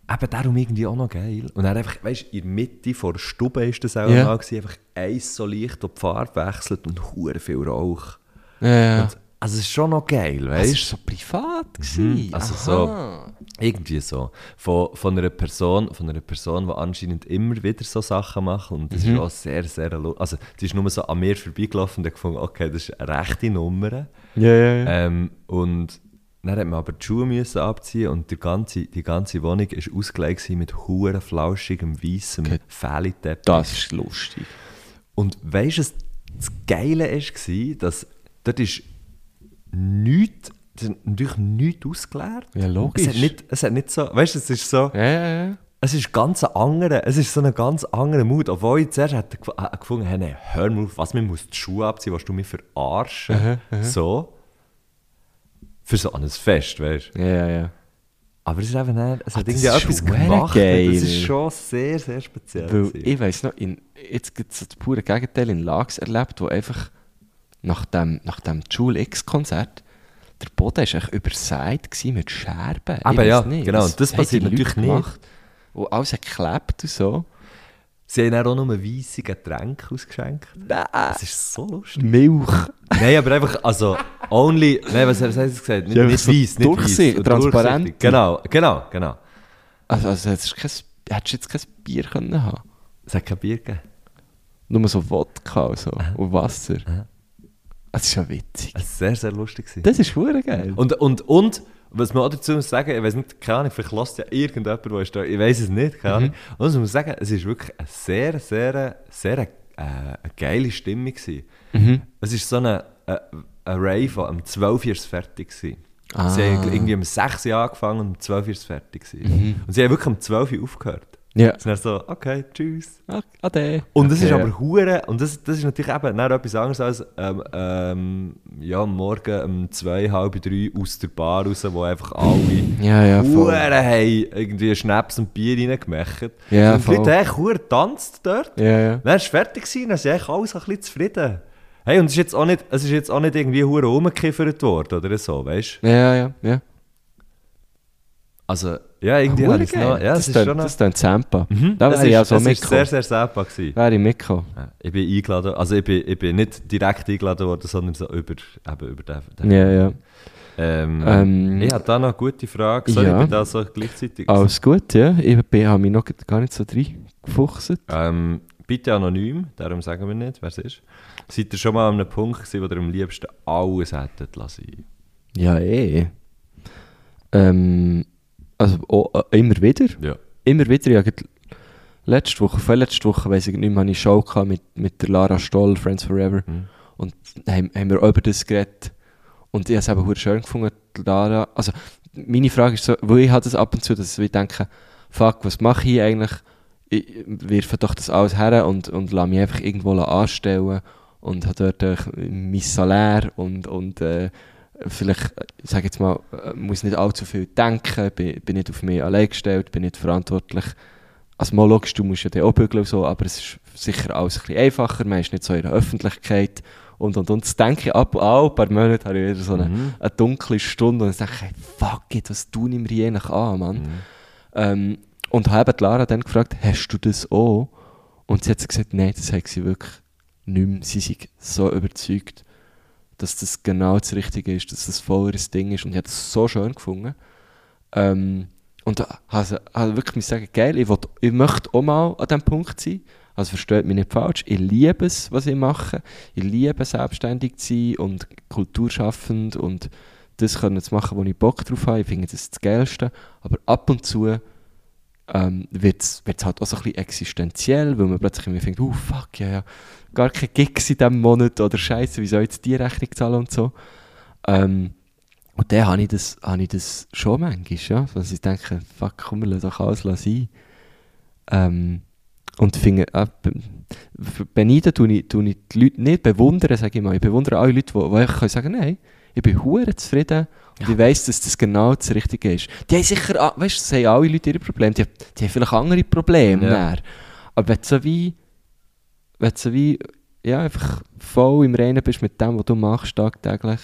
eben darum irgendwie auch noch geil. Und dann einfach, weißt du, in der Mitte vor der Stube ist das auch
Ja.
mal gewesen, einfach eins so leicht, das die Farbe wechselt und hure viel Rauch.
Ja, ja.
Und, also es ist schon noch geil,
Es
weißt
war so privat. gewesen.
also
Aha.
Irgendwie so. Von, von einer Person, von einer Person, die anscheinend immer wieder so Sachen macht. Und das ist auch sehr, sehr lustig. Also, die ist nur so an mir vorbeigelaufen und hat gefunden, okay, das ist eine rechte Nummer.
Ja, ja, ja.
Ähm, und dann hat man aber die Schuhe müssen abziehen und die ganze, die ganze Wohnung war ausgelegt gewesen mit hure flauschigem, weissem okay.
Das ist lustig.
Und weißt du, was das Geile war? Dass dort ist nichts, es ist natürlich nichts ausgeleert.
Ja, logisch.
Es hat nicht, es hat nicht so, weißt du, es ist so,
Ja, ja, ja.
es ist ganz ein anderer, es ist so ein ganz anderer Mut. Obwohl ich zuerst hätte gef- äh, gefunden hey, nee, hör mal auf, was, mir muss die Schuhe abziehen, was du mich verarschen. So. Für so ein Fest, weißt du.
Ja, ja, ja.
Aber es ist eben nicht, es hat
das
irgendwie
ist
etwas
schon
gemacht.
geil.
Das ist schon sehr, sehr speziell.
Weil
gewesen.
ich weiss noch, in, jetzt gibt es das pure Gegenteil in Lags erlebt, wo einfach nach dem, nach dem Jule X-Konzert der Boden ist echt übersät gewesen mit Scherben. Ich
Aber
weiss
ja,
nicht,
genau,
was
und das
haben die
passiert
Leute
natürlich nicht.
Wo alles hat geklebt und so.
Sie haben dann auch nur weisse Getränke ausgeschenkt. Nein. Das ist so lustig.
Milch.
Nein, aber einfach, also, only, nein, was hat er gesagt? Nicht,
Ja,
nicht
so
weiss, nicht
durchsichtig,
weiss.
transparent.
Durchsichtig. Genau, genau, genau.
Also, also hättest, du kein, hättest du jetzt kein Bier können haben
Es hat kein Bier gegeben.
Nur so Wodka und, so, und Wasser. Das ist ja witzig.
Es war sehr, sehr lustig. gewesen.
Das ist hure geil.
Und, und, und, was man auch dazu muss sagen, ich weiß nicht, keine Ahnung, vielleicht lässt ja irgendjemand, der ist da, ich weiß es nicht, keine Ahnung. Und was man muss sagen, es ist wirklich eine sehr, sehr, sehr äh, eine geile Stimmung. gewesen. Es ist so eine, eine, eine Rave, die am 12 Uhr ist fertig war. Sie haben irgendwie um 6 Uhr angefangen und um 12 Uhr ist fertig. gewesen. Und sie haben wirklich um 12 Uhr aufgehört.
ja.
Es ist dann so, okay, tschüss.
Ah, Ade.
Und das
Okay.
ist aber hure und das, das ist natürlich eben dann etwas anderes als ähm, ähm, ja, morgen um zwei, halb drei aus der Bar raus, wo einfach alle
Ja, ja, voll.
hure haben irgendwie Schnaps und Bier reingemacht.
Ja,
und die
voll.
Leute haben hure getanzt dort.
Ja, ja.
Dann ist fertig gewesen, dann sind eigentlich alle so ein bisschen zufrieden. Hey, und es ist jetzt auch nicht, es ist jetzt auch nicht irgendwie hure rumgekiffert worden oder so, weißt du?
Ja, ja, ja.
Also, ja, irgendwie habe ich es noch... Ja,
das,
es ist
tönt-
schon noch...
das ist ein Zampa. Da
es
wäre ich
ist-
also
es ist sehr,
mitgekommen.
sehr selber gewesen.
Wäre ich mitgekommen.
Ja, Ich bin eingeladen, also ich bin, ich bin nicht direkt eingeladen worden, sondern so über, eben über den. den
Ja, ja.
Ähm,
Ähm,
ich habe da noch eine gute Frage. Sorry,
ja.
ich bin da so gleichzeitig.
Alles gut, ja. Ich bin, habe mich noch gar nicht so reingefuchst.
Ähm, bitte anonym, darum sagen wir nicht, wer es ist. Seid ihr schon mal an einem Punkt gewesen, wo ihr am liebsten alles hättet lassen?
Ja, eh. Ähm, also oh, äh, immer wieder.
Ja.
Immer wieder. Ja, gerade letzte Woche, vorletzte Woche, weiß ich nicht mehr, hatte ich eine Show gehabt mit, mit der Lara Stoll, Friends Forever.
Mhm.
Und haben, haben wir auch über das geredet. Und ich habe es eben sehr schön gefunden, die Lara. Also, meine Frage ist so, wo ich halt das ab und zu, dass ich denke, fuck, was mache ich hier eigentlich? Ich wirfe doch das alles her und, und lasse mich einfach irgendwo anstellen und habe dort äh, mein Salär und, und äh, vielleicht, ich sage jetzt mal, äh, muss nicht allzu viel denken, bin, bin nicht auf mich allein gestellt, bin nicht verantwortlich. Also mal logisch, du musst ja den auch bügeln und so, aber es ist sicher alles ein bisschen einfacher, man ist nicht so in der Öffentlichkeit und und und. Das denke ich ab und an, ein paar Monate habe ich wieder so
Mhm.
eine, eine dunkle Stunde und ich denke, hey, fuck it, was tue ich mir je nach an, Mann?
Mhm.
Ähm, und habe eben die Lara dann gefragt, hast du das auch? Und sie hat gesagt, nein, das hat sie wirklich nicht mehr. Sie sind so überzeugt, dass das genau das Richtige ist, dass das voll ihr Ding ist. Und ich habe das so schön gefunden. Ähm, und da habe ich- habe ich wirklich müssen sagen, geil, ich, will, ich möchte auch mal an diesem Punkt sein. Also versteht mich nicht falsch. Ich liebe es, was ich mache. Ich liebe selbstständig zu sein und kulturschaffend und das können zu machen, wo ich Bock drauf habe. Ich finde das das Geilste. Aber ab und zu ähm, wird es halt auch so ein bisschen existenziell, weil man plötzlich irgendwie denkt, oh fuck, ja, ja, gar keine Gigs in diesem Monat oder Scheiße, wie soll ich jetzt die Rechnung zahlen und so. Ähm, und dann habe ich, das, habe ich das schon manchmal, ja, dass ich denke, fuck, komm, wir lassen doch alles sein. Ähm, und finde, äh, be- be- beneiden tue ich, tue ich die Leute nicht, bewundern, sage ich mal. Ich bewundere alle Leute, die, die einfach können sagen nein, ich bin hure zufrieden und ich weiss, dass das genau das Richtige ist. Die haben sicher, a- weißt du, das haben alle Leute ihre Probleme, die, die haben vielleicht andere Probleme.
Ja.
nachher. Aber wenn du so wie, wenn du so wie, ja, einfach voll im Reinen bist mit dem, was du machst tagtäglich,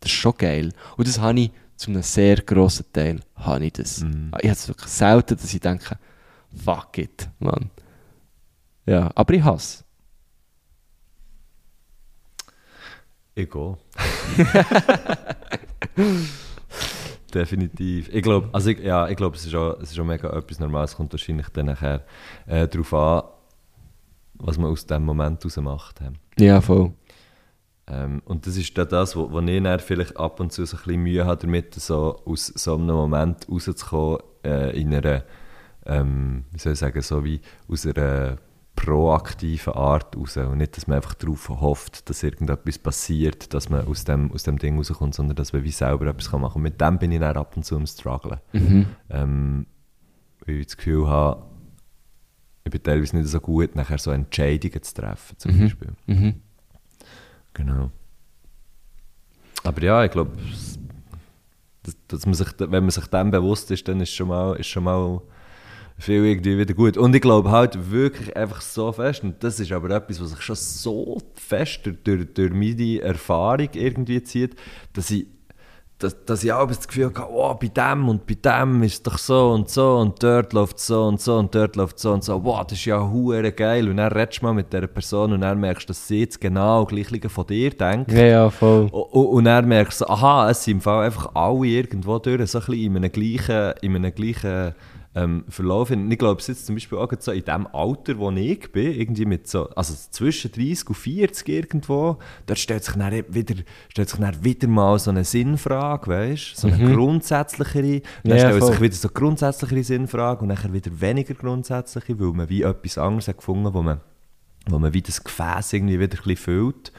das ist schon geil. Und das habe ich zu einem sehr grossen Teil habe ich das.
Mhm.
Ich habe es wirklich selten, dass ich denke, fuck it, Mann. Ja, aber ich hasse
Ich gehe. Definitiv. Ich glaube, also ich, ja, ich glaub, es, ist auch, es ist auch mega etwas Normales. Es kommt wahrscheinlich dann nachher äh, darauf an, was man aus dem Moment heraus macht. haben.
es. Ja, voll.
Ähm, und das ist dann das, wo, wo ich dann vielleicht ab und zu so ein bisschen Mühe habe, damit so aus so einem Moment rauszukommen, äh, in einer, ähm, wie soll ich sagen, so wie aus einer proaktiven Art raus. Und nicht, dass man einfach darauf hofft, dass irgendetwas passiert, dass man aus dem, aus dem Ding rauskommt, sondern dass man wie selber etwas kann machen kann. Und mit dem bin ich dann ab und zu am Strugglen. Ähm, weil ich das Gefühl habe, ich bin teilweise nicht so gut, nachher so Entscheidungen zu treffen, zum Beispiel.
Mhm.
Genau. Aber ja, ich glaube, dass, dass man sich, wenn man sich dem bewusst ist, dann ist schon mal, ist schon mal viel irgendwie wieder gut. Und ich glaube halt wirklich einfach so fest, und das ist aber etwas, was sich schon so fest durch- durch, durch meine Erfahrung irgendwie zieht, dass ich, dass, dass ich auch das Gefühl habe, oh, bei dem und bei dem ist es doch so und so und dort läuft es so und so und dort läuft es so und so. Wow, das ist ja hure geil. Und dann redest du mal mit dieser Person und dann merkst du, dass sie jetzt genau gleich von dir denkt.
Ja, ja, voll.
O- o- Und dann merkst du, aha, es sind im Fall einfach alle irgendwo durch, so ein bisschen in einem gleichen, in einem gleichen ähm, Verlauf. Und ich glaube, es ist jetzt zum Beispiel auch gerade so in dem Alter, wo ich bin, irgendwie mit so, also zwischen 30 und 40 irgendwo, dort stellt sich dann eben wieder, stellt sich dann wieder mal so eine Sinnfrage, weißt du, so eine grundsätzlichere, dann
Mhm. Ja,
stellt
voll.
sich wieder so grundsätzlichere Sinnfrage und nachher wieder weniger grundsätzliche, weil man wie etwas anderes hat gefunden, wo man, wo man wie das Gefäß irgendwie wieder ein bisschen füllt.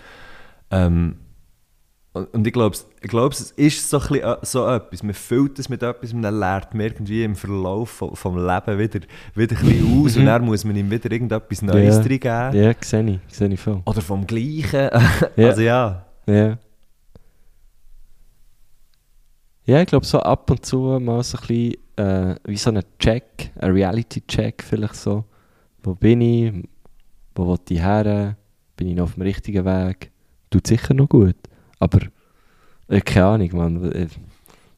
Ähm, und, und ich glaube, ich glaub's, es ist so, ein bisschen, äh, so etwas. Man füllt es mit etwas und dann lernt man irgendwie im Verlauf vom, vom Leben wieder, wieder ein bisschen aus und dann muss man ihm wieder irgendetwas Neues
Mhm. Ja.
drin geben.
Ja, sehe ich, sehe ich voll.
Oder vom Gleichen.
Ja.
Also ja.
Ja. Ja, ich glaube, so ab und zu mal so ein bisschen äh, wie so ein Check, ein Reality-Check vielleicht so. Wo bin ich? Wo will ich her? Bin ich noch auf dem richtigen Weg? Tut sicher noch gut. Aber äh, keine Ahnung, Mann. Äh,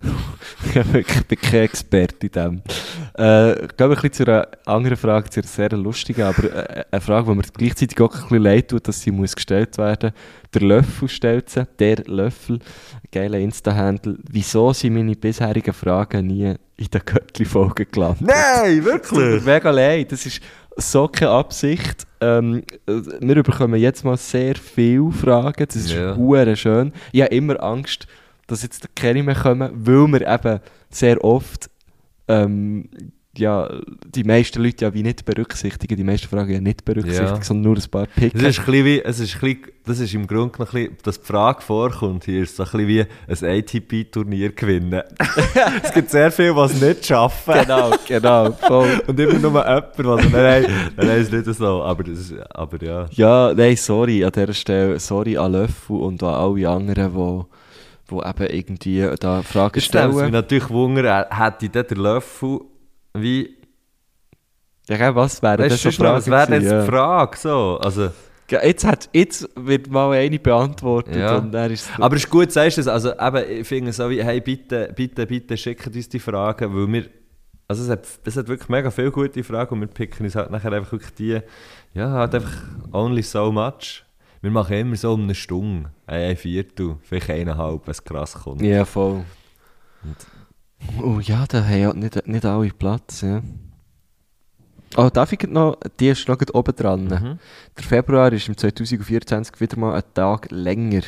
ich bin kein Experte in dem. Äh, gehen wir ein bisschen zu einer anderen Frage, zu einer sehr lustigen, aber äh, eine Frage, die mir gleichzeitig auch ein bisschen leid tut, dass sie muss gestellt werden Der Löffel stellt sie, der Löffel, geiler Insta-Handle. Wieso sind meine bisherigen Fragen nie in den Göttli-Folgen gelandet?
Nein,
Tut mir Mega leid, das ist so keine Absicht. Ähm, äh, wir bekommen jetzt mal sehr viele Fragen, das ist
Ja.
hure schön. Ich habe immer Angst, dass jetzt keine mehr kommen, weil wir eben sehr oft ähm, ja, die meisten Leute ja wie nicht berücksichtigen, die meisten Fragen ja nicht berücksichtigen,
Ja.
sondern nur ein paar
Es
picken.
ist, ein bisschen wie, es ist ein bisschen, das ist im Grunde noch ein bisschen, dass die Frage vorkommt hier, ist so ein bisschen wie ein ATP-Turnier gewinnen. es gibt sehr viele, die es nicht schaffen.
Genau, genau, voll.
Und immer nur jemand, was nein, nein, nein, ist nicht so, aber, das ist, aber ja.
Ja, nein, sorry an dieser Stelle. Sorry an Löffel und an alle anderen, die wo, wo eben irgendwie da Fragen
Stellt mich
stellen.
natürlich Wunder, äh, hätte ich dort den Löffel wie...
Ja, gell, was wäre das
Weißt du,
schon
sonst noch, was
Fragen
wäre
gewesen,
jetzt
ja.
die Frage? So, also,
Gell, Jetzt, hat, jetzt wird mal eine beantwortet
Ja.
und dann ist
aber es ist gut, sagst du das. Also, eben, ich finde so wie, hey, bitte, bitte, bitte schickt uns die Fragen, weil wir... Also es hat, es hat wirklich mega viele gute Fragen und wir picken uns halt nachher einfach wirklich die... Ja, halt einfach only so much. Wir machen immer so um eine Stunde, ein ein Viertel, vielleicht eineinhalb, wenn es krass kommt.
Ja, voll. Oh ja, da haben ja nicht, nicht alle Platz, ja. Oh, darf ich grad noch, die ist noch grad oben dran.
Mhm.
Der Februar ist im 2024 wieder mal ein Tag länger.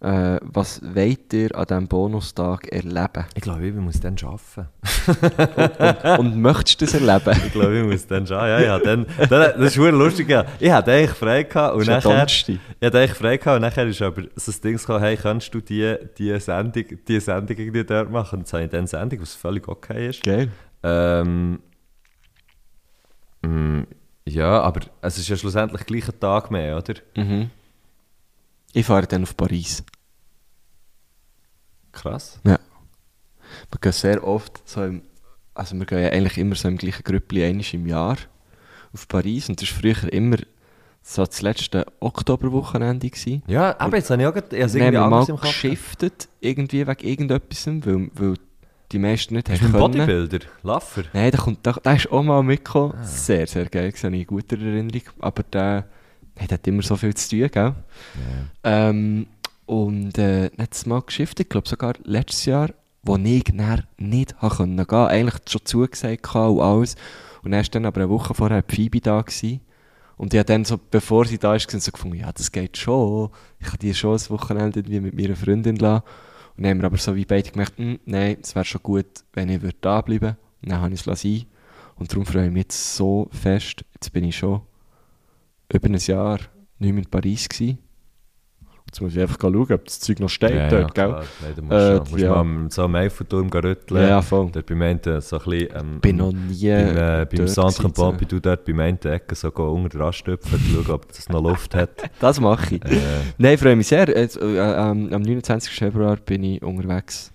Äh, was wollt ihr an diesem Bonustag erleben?
Ich glaube, ich muss dann arbeiten.
Und möchtest du das erleben?
Ich glaube, ich muss dann schon. Ja, ja, dann, dann, das ist wirklich lustig. Ja. Ich hatte eigentlich frei gehabt und
Das ist ja
nachher.
Donnerstag.
Ich hatte eigentlich frei gehabt und nachher ist aber so das Ding gekommen, hey, kannst du die, die Sendung, die Sendung irgendwie dort machen? Und jetzt habe ich dann eine Sendung, was völlig okay ist.
Geil.
Ähm, mm, ja, aber es ist ja schlussendlich gleich ein Tag mehr, oder?
Mhm. Ich fahre dann auf Paris.
Krass.
Ja. Wir gehen sehr oft so im, also wir gehen ja eigentlich immer so im gleichen Grüppli einmal im Jahr auf Paris und das war früher immer so das letzte Oktoberwochenende gewesen.
Ja, aber jetzt habe ich auch grad- ich habe es
Wir
irgendwie
haben mal
anders im Kopf.
geschiftet, irgendwie wegen irgendetwas, weil, weil die meisten nicht
Hast du einen
haben können.
Bodybuilder? Laffer?
Nein, da, kommt, da, da ist auch mal mitgekommen. Sehr, sehr geil. Das habe ich in guter Erinnerung. Aber der, hey, der hat halt immer so viel zu tun, gell? Ähm, und äh, letztes Mal geschiftet, ich glaube sogar letztes Jahr, wo ich dann nicht habe können gehen konnte. Eigentlich schon zugesagt hatte und alles. Und dann ist dann aber eine Woche vorher die Phoebe da gewesen. Und ich habe dann so, bevor sie da ist, gewesen, so gefunden, ja, das geht schon. Ich kann die schon ein Wochenende irgendwie mit meiner Freundin lassen. Und dann haben wir aber so wie beide gemerkt, «Hm, nein, es wäre schon gut, wenn ich würde da bleiben Und dann habe ich es sein Und darum freue ich mich jetzt so fest. Jetzt bin ich schon über ein Jahr nicht mehr in Paris gewesen. Jetzt muss ich einfach schauen, ob das Zeug noch steht dort, gell?
klar. Nein, du musst,
Äh,
äh, musst
ja.
mal am- so am Eiffelturm gehen rütteln.
Ja, ja, voll.
Dort beim einen so ein bisschen... Ähm,
Bin noch nie
beim, äh, beim
dort
Centre
gewesen.
Pompidou dort beim einen Ecke so gehen unter den Rastöpfen, schauen, ob das noch Luft hat.
Das mache ich.
Äh,
Nein, freue mich sehr. Jetzt, äh, ähm, am 29. Februar bin ich unterwegs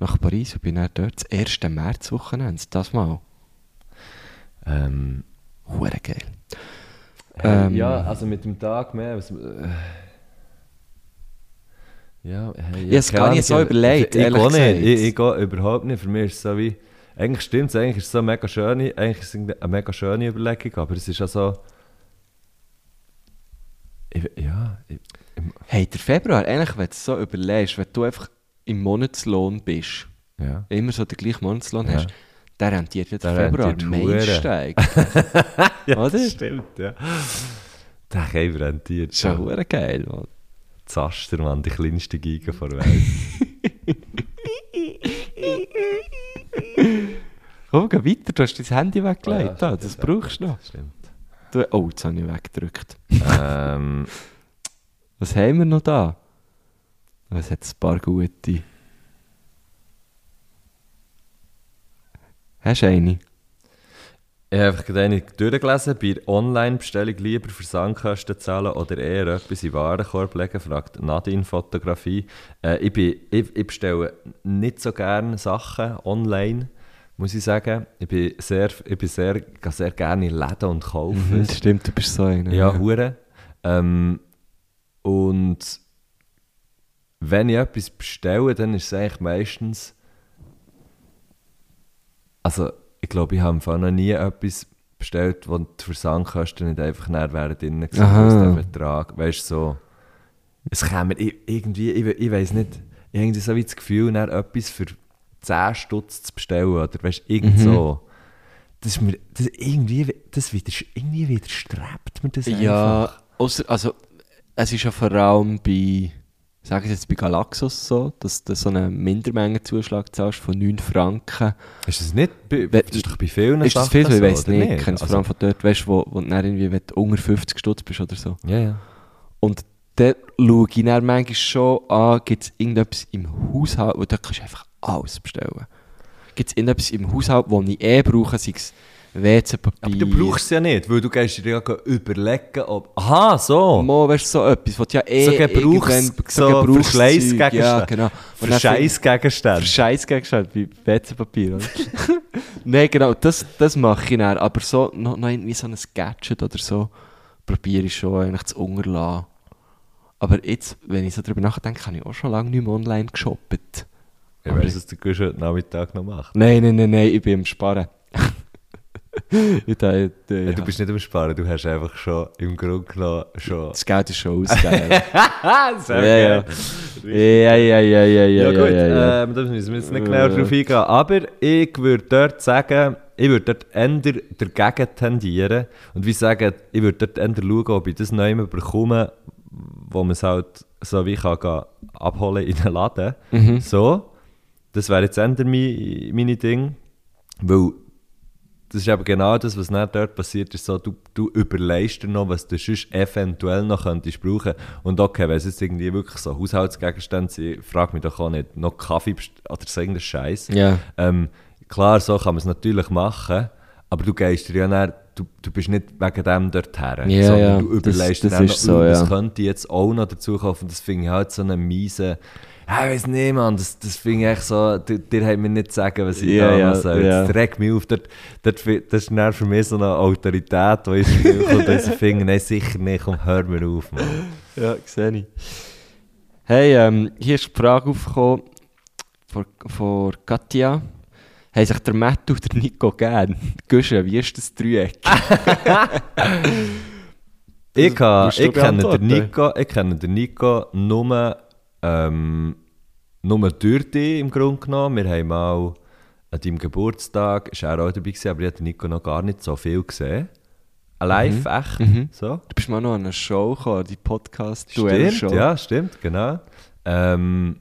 nach Paris und bin dann dort das 1. März-Wochenende. Das mal.
ähm,
Hure geil.
Hey,
Ähm.
ja, also mit dem Tag mehr. Was, äh, ja, hey,
Ich hab's
keine
gar
Ahnung,
nicht so
ich-
überlegt,
Ich, ich,
ehrlich
auch nicht,
gesagt.
ich, ich gehe überhaupt nicht. Für mich ist es so wie. Eigentlich stimmt es, eigentlich ist es so eine mega schöne, eigentlich ist es irgendwie eine mega schöne Überlegung, aber es ist auch so. Ich, ja, ich,
Hey, der Februar, eigentlich, wenn du es so überlegst, wenn du einfach im Monatslohn bist,
ja.
immer so den gleichen Monatslohn
Ja.
hast, der rentiert ja der
Der
Februar
rentiert
Meilensteig. Oder?
Das
Das
stimmt, ja. Der Käfer rentiert.
ist ja hure geil, Mann.
Zaster, Mann, die kleinste Giga vor Welt.
Komm, geh weiter, du hast dein Handy weggelegt,
Ah, ja,
da, das brauchst du noch.
stimmt.
Du, oh, jetzt habe ich weggedrückt.
ähm,
Was haben wir noch da? Es hat ein paar gute. Hast du eine?
Ich habe einfach gerade eine durchgelesen, bei der Online-Bestellung lieber Versandkosten zahlen oder eher etwas in den Warenkorb legen, fragt Nadine Fotografie. Äh, ich, bin, ich, ich bestelle nicht so gerne Sachen online, muss ich sagen. Ich bin sehr, ich bin sehr, gehe sehr gerne in Läden und kaufe. es.
Das Mhm. stimmt, du bist so einer.
Ja, hure. Ähm, und wenn ich etwas bestelle, dann ist es eigentlich meistens. Also, ich glaube, ich habe im Fall noch nie etwas bestellt, wo die Versandkosten nicht einfach näher wären drin gewesen
Aha.
aus dem Vertrag. Weißt du, so. Es käme i- irgendwie, ich, we- ich weiß nicht, ich habe irgendwie so wie das Gefühl, dann etwas für 10 Stutz zu bestellen oder weißt du,
Mhm.
irgend so. Das ist mir, das irgendwie, das wieder, irgendwie widerstrebt mir das
Ja,
einfach.
ausser, also es ist ja vor allem bei, sage ich jetzt bei Galaxus so, dass du so einen Mindermengenzuschlag zahlst von 9 Franken.
Ist das nicht, bei,
Wenn-
das ist doch bei vielen
ist das
Sachen
viel?
so,
ich weiß
oder
nicht. Ich kenne es vor
Also,
allem von dort, weißt du, wo, wo du dann irgendwie wenn du unter 50 Stutz bist oder so.
ja, ja.
Und dann schaue ich dann manchmal schon an, gibt es irgendetwas im Haushalt, wo du kannst du einfach alles bestellen. Gibt es irgendetwas im Haushalt, das ich eh brauche, sei es WC-Papier.
Aber du brauchst es ja nicht, weil du gehst dir ja gehen überlegen, ob... Aha, so!
Mo, weißt du, so etwas, was du ja eh
So Gebrauchs-
irgendwann-
so
Gebrauchszeug,
Verschleißgegenstände.
Ja, genau. Und dann find-
Scheißgegenstände.
Verschleißgegenstände wie WC-Papier, oder? Nein, genau, das, das mache ich dann. Aber so, noch, noch irgendwie so ein Gadget oder so, probiere ich schon eigentlich zu unterlassen. Aber jetzt, wenn ich so drüber nachdenke, habe ich auch schon lange nicht mehr online geshoppt.
Ich weiss, was du gehst heute Nachmittag noch machst.
Nein, nein, nein, nein, ich bin am Sparen. ich dachte, äh,
Du bist nicht am Sparen, du hast einfach schon im Grunde genommen schon...
das Geld ist schon ausgegeben.
Ah, sehr
ja,
geil.
ja, ja, ja, ja, ja, ja,
Ja, gut,
ja, ja.
Ähm, da müssen wir jetzt nicht
Äh.
genau drauf eingehen. Aber ich würde dort sagen, ich würde dort eher dagegen tendieren. Und wie sagen, ich würde dort eher schauen, ob ich das noch immer bekomme, wo man es halt so wie kann gehen, abholen in den Laden.
Mhm.
So, das wäre jetzt eher mein, meine Ding. Weil das ist eben genau das, was dann dort passiert ist. So, du, du überlegst dir noch, was du sonst eventuell noch könntest brauchen. Und okay, wenn es jetzt irgendwie wirklich so Haushaltsgegenstände sind, frag mich doch auch nicht, noch Kaffee best- oder so irgendein Scheiß.
Ja.
Ähm, klar, so kann man es natürlich machen, aber du gehst dir ja dann du, du bist nicht wegen dem dorthin,
Ja,
sondern
ja,
du
das-
überlegst
das
dann,
ist so,
oh, das
ja.
könnte ich jetzt auch noch dazu kaufen. Das finde ich halt so eine miese, ja, ich weiß nicht, Mann, das, das finde ich echt so, dir, dir hat mir nicht zu sagen, was ich
Ja,
da
ja,
noch soll.
ja.
Das regt mich auf. Dort, dort, fi- das ist dann für mich so eine Autorität, die ich spüre, dass ich finde, nein, sicher nicht, komm, hör mir auf, Mann.
Ja, sehe ich. Hey, ähm, hier ist die Frage aufgekommen von, von Katja. Haben sich der Matt und der Nico gern? Güsche, wie ist das Dreieck?
Ich, ha,
musst Also, du
ich, kenne den
beantworten.
Nico, ich kenne den Nico nur, ähm, nur durch dich im Grunde genommen. Wir haben mal an deinem Geburtstag, ist er auch dabei gewesen, aber ich habe den Nico noch gar nicht so viel gesehen.
Mhm.
Live, echt, so.
Du bist mal noch an einer Show gekommen, die podcast
Stimmt,
show
ja, stimmt, genau. Ähm,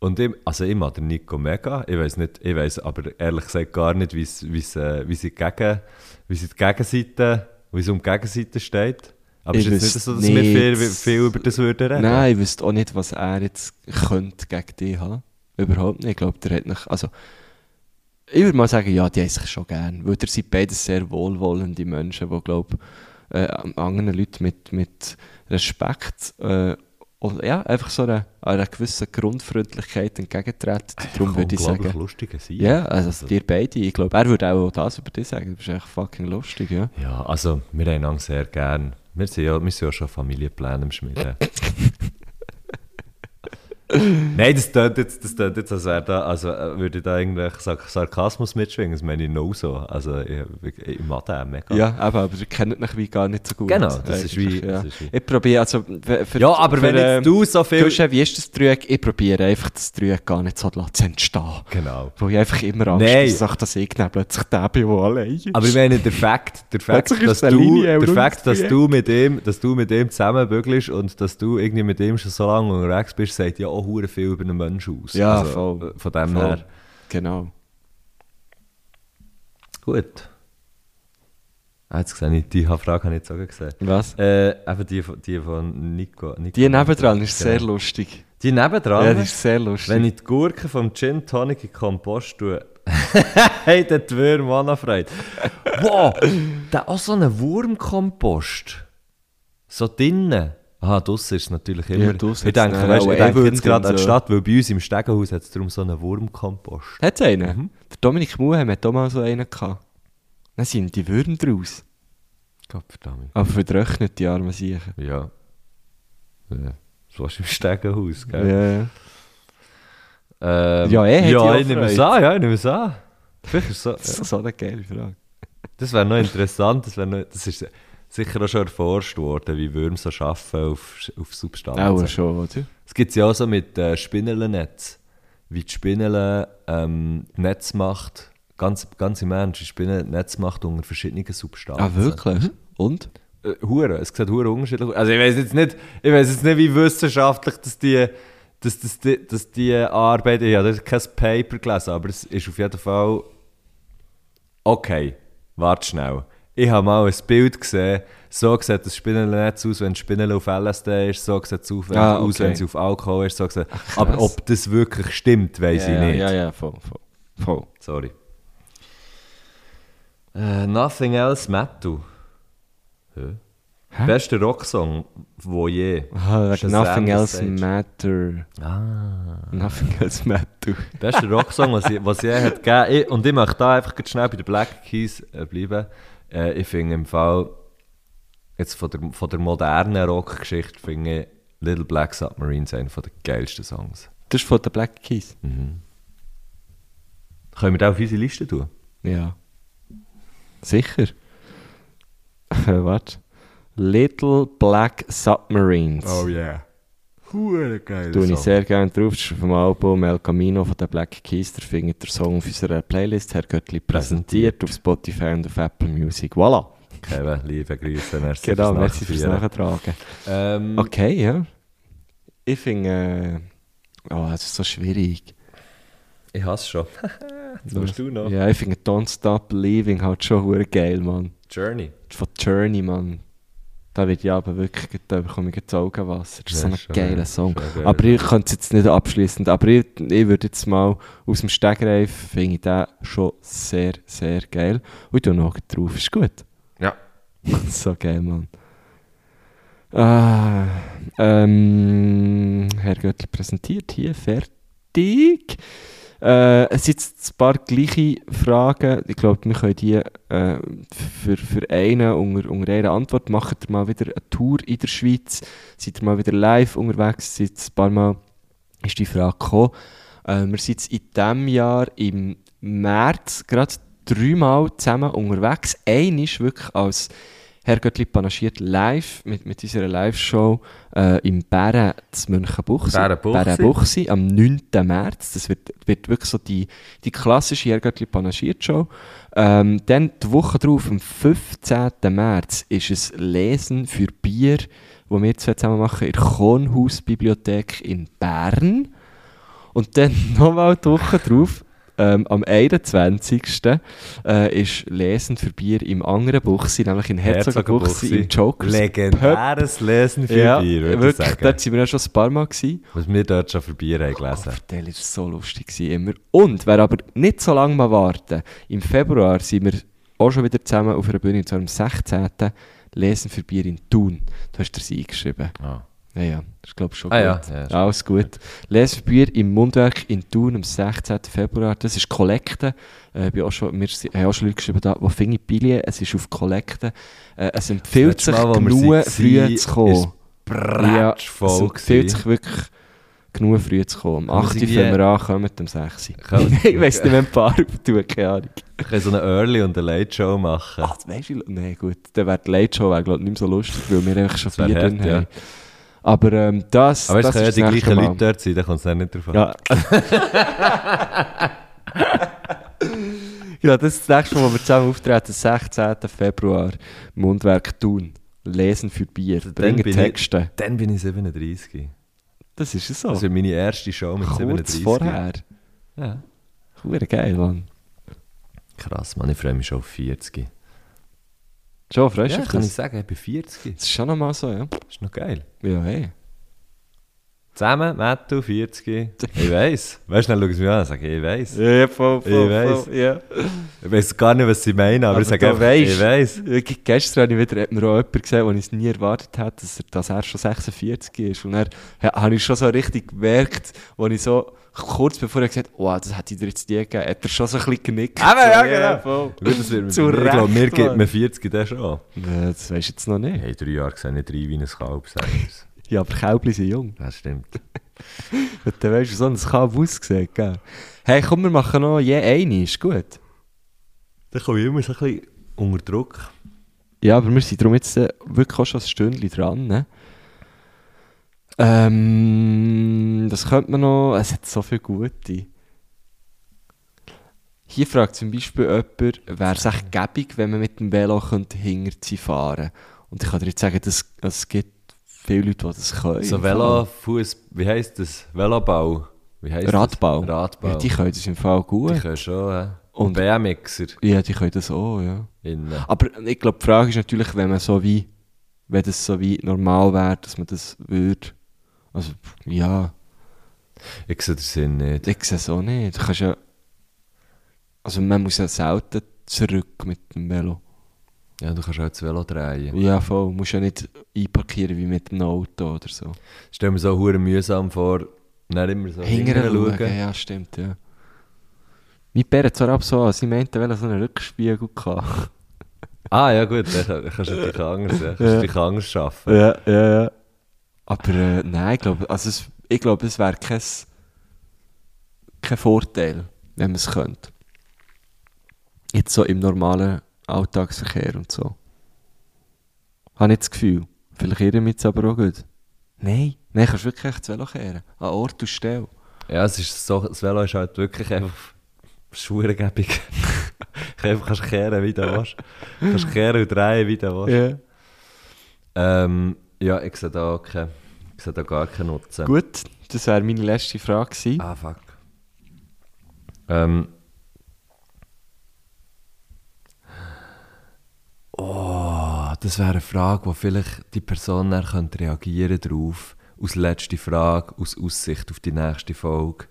und ich, also ich mag den Nico mega. Ich weiß nicht, ich weiß aber ehrlich gesagt gar nicht, wie's, wie's, äh, wie sie gegen, wie sie die Gegenseite, wie es um die Gegenseite steht. Aber
Ich
es ist jetzt nicht
wüsste
so, dass wir viel,
nicht.
viel über das würden reden.
Nein, ich wüsste auch nicht, was er jetzt könnte gegen dich haben. Überhaupt nicht. Ich glaube, der hat nicht. Also, ich würde mal sagen, ja, die haben sich schon gern. Weil ihr sind beide sehr wohlwollende Menschen, die, glaube ich, äh, anderen Leuten mit, mit Respekt äh, und ja, einfach so einer, einer gewissen Grundfreundlichkeit entgegentreten. Darum würde ich
Unglaublich
sagen.
lustiger sein.
Ja, also, dir beide, ich glaube, er würde auch das über dich sagen. Du bist echt fucking lustig, ja.
Ja, also wir haben einander sehr gern. Wir sind ja, wir sind ja schon Familienpläne am Schmieden. Nein, das tönt jetzt, das tönt jetzt als, wäre da, als äh, würde ich da irgendwelchen Sark Sarkasmus mitschwingen. Das meine ich no so. Also ich, ich, ich mag den mega.
Ja, eben, aber ihr kennt mich wie gar nicht so gut.
Genau, das ist
Eigentlich,
wie-
Ja.
das ist wie-
Ich probiere, also... w- Für, ähm,
Ja, aber wenn jetzt du so viel-
Guschä, wie ist das Dreieck? Ich probiere einfach, das Dreieck gar nicht so zu entstehen.
Genau.
Weil ich einfach immer Angst
Nein.
habe, dass ich das irgendwann plötzlich der bin, der allein ist.
Aber ich meine, der Fakt, der Fakt,
Plötzlich ist
dass,
es eine
du,
Linie,
der
aber nur
Fakt
das
dass, du mit ihm, dass du mit ihm zusammenbügelst und dass du irgendwie mit ihm schon so lange unterwegs bist, sagt ja auch hure viel über einen Menschen aus.
ja,
Also,
voll.
äh, Von dem
voll.
her.
Genau.
Gut. Ah, jetzt sehe ich, die Frage habe ich jetzt auch gesehen.
Was?
Äh, eben die, von- die von Nico. Nico
Die nebendran ist
Genau.
sehr lustig.
Die nebendran?
Ja, die ist sehr lustig.
wenn ich die Gurke vom Gin Tonic in den Kompost tue, hey, der Würm anfreut. Wow, der auch so ein Wurmkompost. So drinnen. Aha, draussen ist es natürlich immer.
Ja, draussen
ich
hat's
denke,
dann
weißt,
auch
ich denke
Ewald
jetzt gerade an
und
die
so.
Stadt, weil bei uns im Stegenhaus hat es darum so einen Wurmkompost.
Hat es einen?
Mhm.
Der Dominik Muhem hat auch mal so einen gehabt. Dann sind ihm die Würden draus.
Gottverdammt.
Aber verdröchnet die armen Siechen.
Ja. ja. So ist im Stegenhaus,
Ja,
gell?
ja.
Ähm,
Ja, er hat die
ja,
auch
ich nehme es
gefreut.
an, ja, ich nehme es an. Vielleicht ist so, äh,
Das ist so eine geile Frage.
das wäre noch interessant, das, wär noch, das ist äh, sicher auch schon erforscht worden, wie Würmer so arbeiten auf, auf Substanzen.
Auch schon, oder?
Es gibt ja auch so mit äh, Spinnelennetz, wie die Spinnele ähm, Netz macht, ganz, ganz im Ernst, die Spinne Netz macht unter verschiedenen Substanzen.
Ah, wirklich? Und?
Äh, Hure, es sieht hure unterschiedlich aus. Also ich weiß jetzt nicht, ich weiß jetzt nicht, wie wissenschaftlich dass die, dass, dass, die, dass die Arbeit, ich habe dort kein Paper gelesen, aber es ist auf jeden Fall okay, warte schnell. Ich habe mal ein Bild gesehen, so sieht das Spinnennetz aus, wenn die Spinne auf LSD ist, so sieht es auf, wenn
Ah,
aus,
okay.
wenn sie auf Alkohol ist, so sieht Aber ob das wirklich stimmt, weiß ich nicht.
Ja, ja, voll, voll. voll.
Sorry. Äh, nothing else Mattu. Hä?
Hä?
Bester Rocksong, wo je. Ist ein
Ah, nothing
Sam
else
Sage.
matter.
Ah.
Nothing else matter.
Bester Rocksong, was, ich- was je hat gegeben. Ich, Eh, und ich möchte da einfach grad schnell bei den Black Keys äh, bleiben. Äh, ich finde im Fall, jetzt von der, von der modernen Rockgeschichte, finde ich Little Black Submarine ist einer der geilsten Songs.
Das ist von den Black Keys.
Können wir da auf unsere Liste tun?
Ja. Sicher. Warte. Little Black Submarines.
Oh, yeah. Hure geil.
Tue ich sehr gerne drauf. Das ist vom Album El Camino von den Black Keys. Der findet der Song auf unserer Playlist. Herr Göttli präsentiert auf Spotify und auf Apple Music. Voilà.
Kevin, liebe Grüße, merci
Genau,
fürs
merci fürs
Nachführen.
Nachtragen.
Ähm,
Okay, ja. Ich finde, äh, oh, es ist so schwierig.
Ich hasse schon. Jetzt musst du noch.
Ja, ich finde Don't Stop Believing halt schon hure geil, Mann.
Journey.
Von Journey, Mann. Da wird ja aber wirklich, grad- da bekomme ich grad das Augenwasser. Das
Ja,
ist so ein
ist schon-
geiler
ist
Song.
schon geil,
aber ich könnte es jetzt nicht abschließend, aber ich, ich würde jetzt mal aus dem Stegreif, finde ich den schon sehr, sehr geil. Und du noch drauf, ist gut.
Ja.
so geil, Mann. Ah, ähm, Herr Göttl präsentiert hier fertig. Äh, es sind jetzt ein paar gleiche Fragen. Ich glaube, wir können die äh, für, für einen unter, unter einer Antwort machen. Ihr mal wieder eine Tour in der Schweiz? Seid ihr mal wieder live unterwegs? Seid ihr ein paar Mal ist die Frage gekommen. Äh, wir sind jetzt in diesem Jahr im März gerade dreimal zusammen unterwegs. Einmal wirklich als Herrgöttli panaschiert live mit, mit unserer Live-Show äh, im Bären zu Münchenbuchsee.
Bärenbuchsee.
Bärenbuchsee am 9. März. Das wird, wird wirklich so die, die klassische Herrgöttli panaschiert Show. Ähm, dann die Woche drauf, am 15. März, ist es Lesen für Bier, wo wir zwei zusammen machen, in der Kornhausbibliothek in Bern. Und dann nochmal die Woche drauf, ähm, am 21. Äh, ist Lesen für Bier im anderen Buchsi, nämlich in Herzogenbuchsi, im Jokers.
Legendäres Lesen für
ja,
Bier, würde ich
wirklich,
sagen.
dort sind wir ja schon ein paar Mal gewesen.
Was wir dort schon für Bier haben gelesen.
Cocktail war so lustig gewesen, immer. Und wer aber nicht so lange mal warten, im Februar sind wir auch schon wieder zusammen auf einer Bühne, und zwar am 16. Lesen für Bier in Thun. Du hast dir sie eingeschrieben.
Ah.
Ja, ja, das ist glaube ich schon
Ah, ja.
gut.
Ja, ist
Alles gut. Lesen für Bier im Mundwerk in Thun am 16. Februar. Das ist Kollekte. Äh, ich bin auch schon, wir sind- haben auch schon Leute geschrieben, da, wo finde ich Billie? Es ist auf Kollekte. Äh, es empfiehlt
letzte
sich
Mal, wo wir
genug,
waren,
früh zu kommen.
ist
Ja, es
Bratschvoll
empfiehlt sich wirklich genug früh zu kommen. Am
Aber
8.
sie
Uhr
wie-
fangen wir an, kommen am 6. Uhr.
Kommen-
ich weiss nicht, wenn ein paar tun, keine Ahnung.
Wir können so eine Early- und eine Late-Show machen.
Ah, das weißt du, nein, gut, dann wäre die Late Show wär, glaub, ich, nicht mehr so lustig, weil wir einfach schon
wär
Bier
hart,
drin
ja. Oh,
haben. Aber ähm, das,
Aber es
das
können ja
ist
die
das nächste
gleichen Leute
Mal.
dort sein, da kommt es dann nicht drauf an.
Ja. ja, das ist das nächste Mal, wo wir zusammen auftreten, 16. Februar, Mundwerk tun, lesen für Bier, bringen
bin ich-
Texte.
Dann bin ich 37.
Das ist es so.
Das wird meine erste Show mit
Kurz
37.
vorher.
Ja.
Hure geil, Mann.
Krass, Mann, ich freue mich schon auf 40.
Schon freust du
ja,
dich
kann
das?
ich sagen, ich bin 40.
Das ist schon nochmal so, ja.
Das ist noch geil.
Ja, hey.
Zusammen, Mattu, 40. Ich weiss. Weißt du, dann schau es mir an und sag, ich weiss.
Ja, voll,
voll, voll,
Ja.
Ich weiss gar nicht, was sie meinen, aber, ich sage einfach, ich weiss.
Gestern habe ich wieder, hat mir auch jemand gesehen, den ich es nie erwartet hätte, dass er, dass er schon 46 ist. Und dann ha- habe ich schon so richtig gemerkt, wo ich so kurz bevor er gesagt habe, oh, das hätte ich dir jetzt nie gegeben, hat er schon so ein bisschen genickt.
Aber Ah, ja,
So,
genau.
voll.
Gut, das wird mir-
Zu
ich glaube, mir
Recht,
gibt
Mann.
mir 40 dann schon.
Nein, Das weisst du jetzt noch
Ich
nicht.
habe drei Jahre gesehen, nicht drei wie ein Kalb, sag ich's.
Ja, aber Kälbli sind jung.
Das stimmt.
Und Dann weisst du, so ein Kalb aussieht, gell. Hey, komm, wir machen noch je eine, ist gut.
Dann komme ich immer so ein bisschen unter Druck.
Ja, aber wir sind darum jetzt äh, wirklich auch schon ein Stündchen dran. Ne? Ähm, das könnte man noch. Es hat so viele gute. Hier fragt zum Beispiel jemand, wäre es echt gäbig, wenn man mit dem Velo könnte hinter sie fahren Und ich kann dir jetzt sagen, das, es gibt viele Leute, die das können.
So Velofuß, wie heisst das? Velobau. Wie heisst
Radbau.
Das? Radbau.
Ja, die können das im Fall
Die
gut.
können schon, äh,
Und-
Und BMXer.
Ja, die können das auch, ja.
Innen.
Aber ich glaube, die Frage ist natürlich, wenn man so wie, wenn das so wie normal wäre, dass man das würde. Also, pff, ja, Ah.
Ich sehe den Sinn nicht.
ich sehe es auch nicht. Du kannst ja, also man muss ja selten zurück mit dem Velo.
Ja, du kannst auch das Velo drehen.
Ja, voll. Du musst ja nicht einparkieren wie mit dem Auto oder so.
Stell mir so hure mühsam vor, nicht immer so
Hingern schauen.
hinschauen.
Ja, stimmt, ja. Mein Bär hat zwar ab so an, sie meinte, weil er so einen Rückspiegel hatte.
Ah ja gut, dann kann- kannst du dich anders, ja. kannst du dich anders schaffen.
Ja, ja, ja. Aber äh, nein, ich glaube, also es, ich glaube, es wäre kein, kein Vorteil, wenn man es könnte. Jetzt so im normalen Alltagsverkehr und so. Habe ich das Gefühl. Vielleicht irre ich mich jetzt aber auch gut. Nein. Nein, kannst wirklich echt das Velo kehren. An Ort und Stelle.
Ja, es ist so, das Velo ist halt wirklich einfach schuhregebig. einfach kannst kehren, wie du willst. Kannst kehren und drehen, wie du willst.
Ja.
Ähm, ja, ich sehe da, auch keinen- ich sehe da gar keinen Nutzen.
Gut, das wäre meine letzte Frage gewesen.
Ah, fuck. Ähm. Oh, das wäre eine Frage, wo vielleicht die Person dann könnte reagieren drauf. Als letzte Frage, aus Aussicht auf die nächste Folge.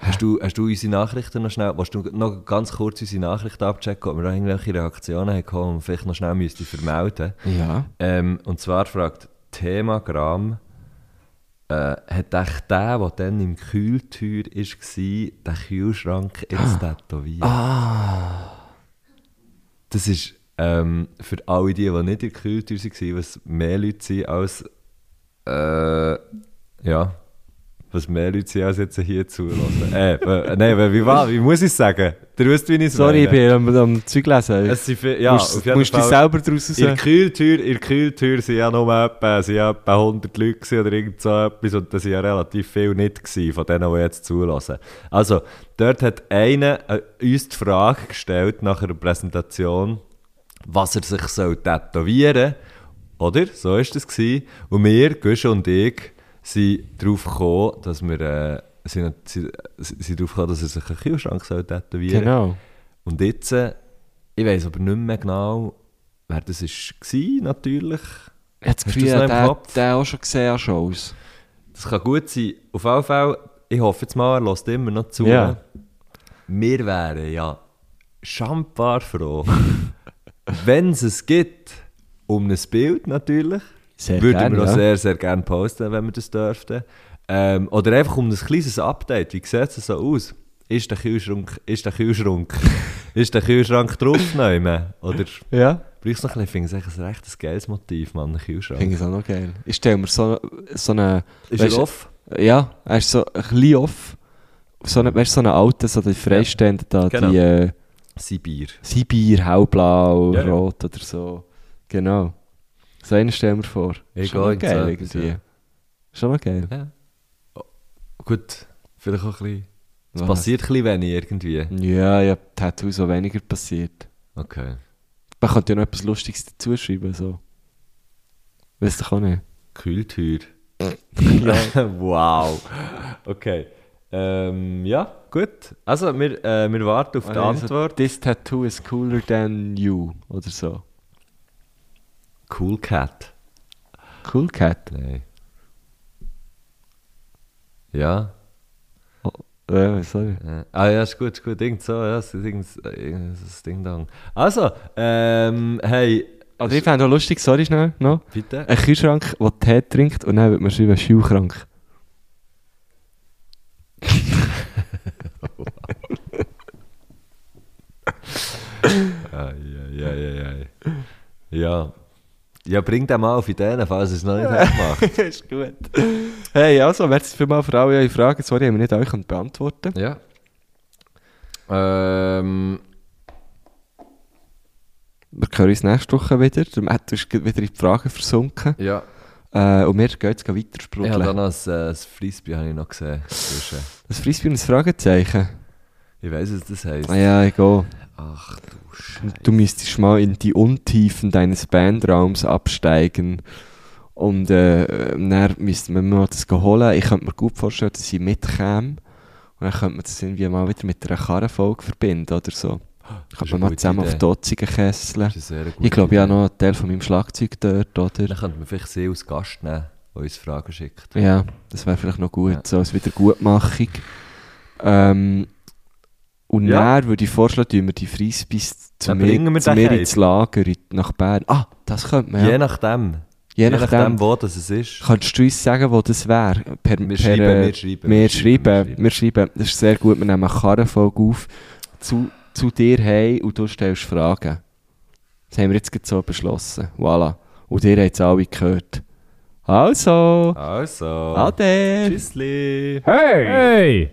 Hast du, hast du unsere Nachrichten noch schnell, willst du noch ganz kurz unsere Nachrichten abchecken, ob wir da irgendwelche Reaktionen haben bekommen und vielleicht noch schnell müsste vermelden?
Ja.
Ähm, und zwar fragt Thema Gram, äh, hat echt der, der dann im Kühltür war, den Kühlschrank jetzt
Ah.
tätowiert? Das ist ähm, für alle die, die nicht in der Kühltür waren, was mehr Leute sind als... Äh, ja... Was mehr Leute sind, als jetzt hier zulassen. äh, äh, nein, wie, wie, war- wie muss ich es sagen? Ihr wisst, wie ich es
Sorry, ich
meine.
bin am, am Zeug lesen.
Es sind viel, ja,
musst
auf jeden
musst dich
Fall.
selber draus
In der
raus.
Kühltür, in der Kühltür sind ja nur etwa, sind ja etwa 100 Leute gewesen oder irgend so etwas und das waren ja relativ viele nicht gewesen, von denen, die jetzt zulassen. Also, dort hat einer äh, uns die Frage gestellt nach einer Präsentation, was er sich soll tätowieren oder? So ist es gewesen. Und wir, Gusch und ich, sind darauf gekommen, dass wir äh, sind, sind, sind darauf gekommen, dass er sich einen Kühlschrank soll tätowieren
Genau.
und jetzt, äh, ich weiß aber nicht mehr genau, wer das ist, war, natürlich.
Ich habe das
Hast
Gefühl,
du das noch im
der,
Kopf?
der auch schon gesehen an Shows.
Das kann gut sein. Auf jeden Fall, ich hoffe jetzt mal, er lässt immer noch zu.
Ja.
Wir wären ja schambar froh, wenn es es gibt, um ein Bild natürlich.
Sehr
Würden
gerne,
wir auch
ja.
sehr, sehr gerne posten, wenn wir das dürften. Ähm, oder einfach um ein kleines Update. Wie sieht es so aus? Ist der Kühlschrank, ist der Kühlschrank, ist der Kühlschrank drauf? Nehmen? Oder
Ja.
Brauchst du noch ein bisschen, ich finde es eigentlich ein recht geiles Motiv, Mann, ein Kühlschrank.
Finde ich auch noch geil. Ich stelle mir so, so eine.
Ist
weisst-
er off?
Ja, er ist so ein bisschen off. So eine, weißt, so eine alte, so die freistehende, da,
Genau.
die äh,
Sibir.
Sibir, hellblau,
Ja, ja.
rot oder so. Genau. So einen stellen wir vor.
Ich
Schon noch
gehe
geil
jetzt etwas,
irgendwie. Schon noch geil.
Ja. Oh, gut, vielleicht auch ein bisschen. Es
Was?
passiert ein bisschen wenig irgendwie.
Ja, ja, Tattoos, so weniger passiert.
Okay.
Man könnte ja noch etwas Lustiges dazu schreiben. So. Weißt du auch nicht.
Kühltür. wow. Okay. Ähm, ja, gut. Also, wir, äh, wir warten auf die
Also,
Antwort.
This tattoo is cooler than you. Oder so.
Cool Cat.
Cool Cat.
Nein. Ja.
Ja, Äh, sorry.
Ja. Ah ja, ist gut, ist gut. Irgend so, ja, es ist irgend, irgend so ein Ding Dong. Also, ähm, hey,
Also ich fände auch lustig, sorry schnell, noch.
bitte.
Ein Kühlschrank, der Tee trinkt und dann wird man schreiben, Schulkrank.
Ja, ja, ja, ja, ja. Ja. Ja, bring den mal auf Ideen, falls er es noch nicht hat gemacht
ist gut. Hey, also, merci vielmals für alle eure Fragen. Sorry, haben wir nicht euch können beantworten
Ja. Ähm,
Wir hören uns nächste Woche wieder. Der Matt ist gerade wieder in die Fragen versunken.
ja.
Äh, und wir gehen jetzt gleich weiter
Ich habe da
sprudeln.
noch ein, äh, ein Frisbee habe ich noch gesehen. Zwischen.
Das Frisbee und ein Fragezeichen.
Ich weiß, was das heisst.
Ah ja, egal.
Ach du Scheiße.
Und Du müsstest mal in die Untiefen deines Bandraums absteigen. Und äh, dann müsste man mal das holen. Ich könnte mir gut vorstellen, dass sie mitkäme. Und dann könnte man das irgendwie mal wieder mit einer Karrenfolge verbinden oder so.
ist
Könnte man
eine
mal
gute
zusammen auf
Idee.
Dotzigen kesseln.
Das ist eine sehr gute
Ich glaube, ich habe
Idee.
noch einen Teil von meinem Schlagzeug dort, oder?
Dann könnte man vielleicht sie als Gast nehmen, der uns Fragen schickt.
Ja, das wäre vielleicht noch gut,
Ja.
so als Wiedergutmachung. Ähm, und
Ja.
dann würde ich vorschlagen, tun wir die Frisbees zu
Dann
mir,
bringen wir
zu
den
mir
heim.
ins Lager in- nach Bern. Ah, das könnte man ja.
Je nachdem.
Je nachdem.
wo das es ist.
Kannst du uns sagen, wo das wäre? Per,
Wir
per,
schreiben,
äh,
wir schreiben,
wir
wir
schreiben.
schreiben,
Wir schreiben. Das ist sehr gut. Wir nehmen eine Karrenfolge auf zu, zu dir hey und du stellst Fragen. Das haben wir jetzt gerade so beschlossen. Voilà. Und ihr habt es alle gehört. Also,
Also.
ade.
Tschüssli.
Hey!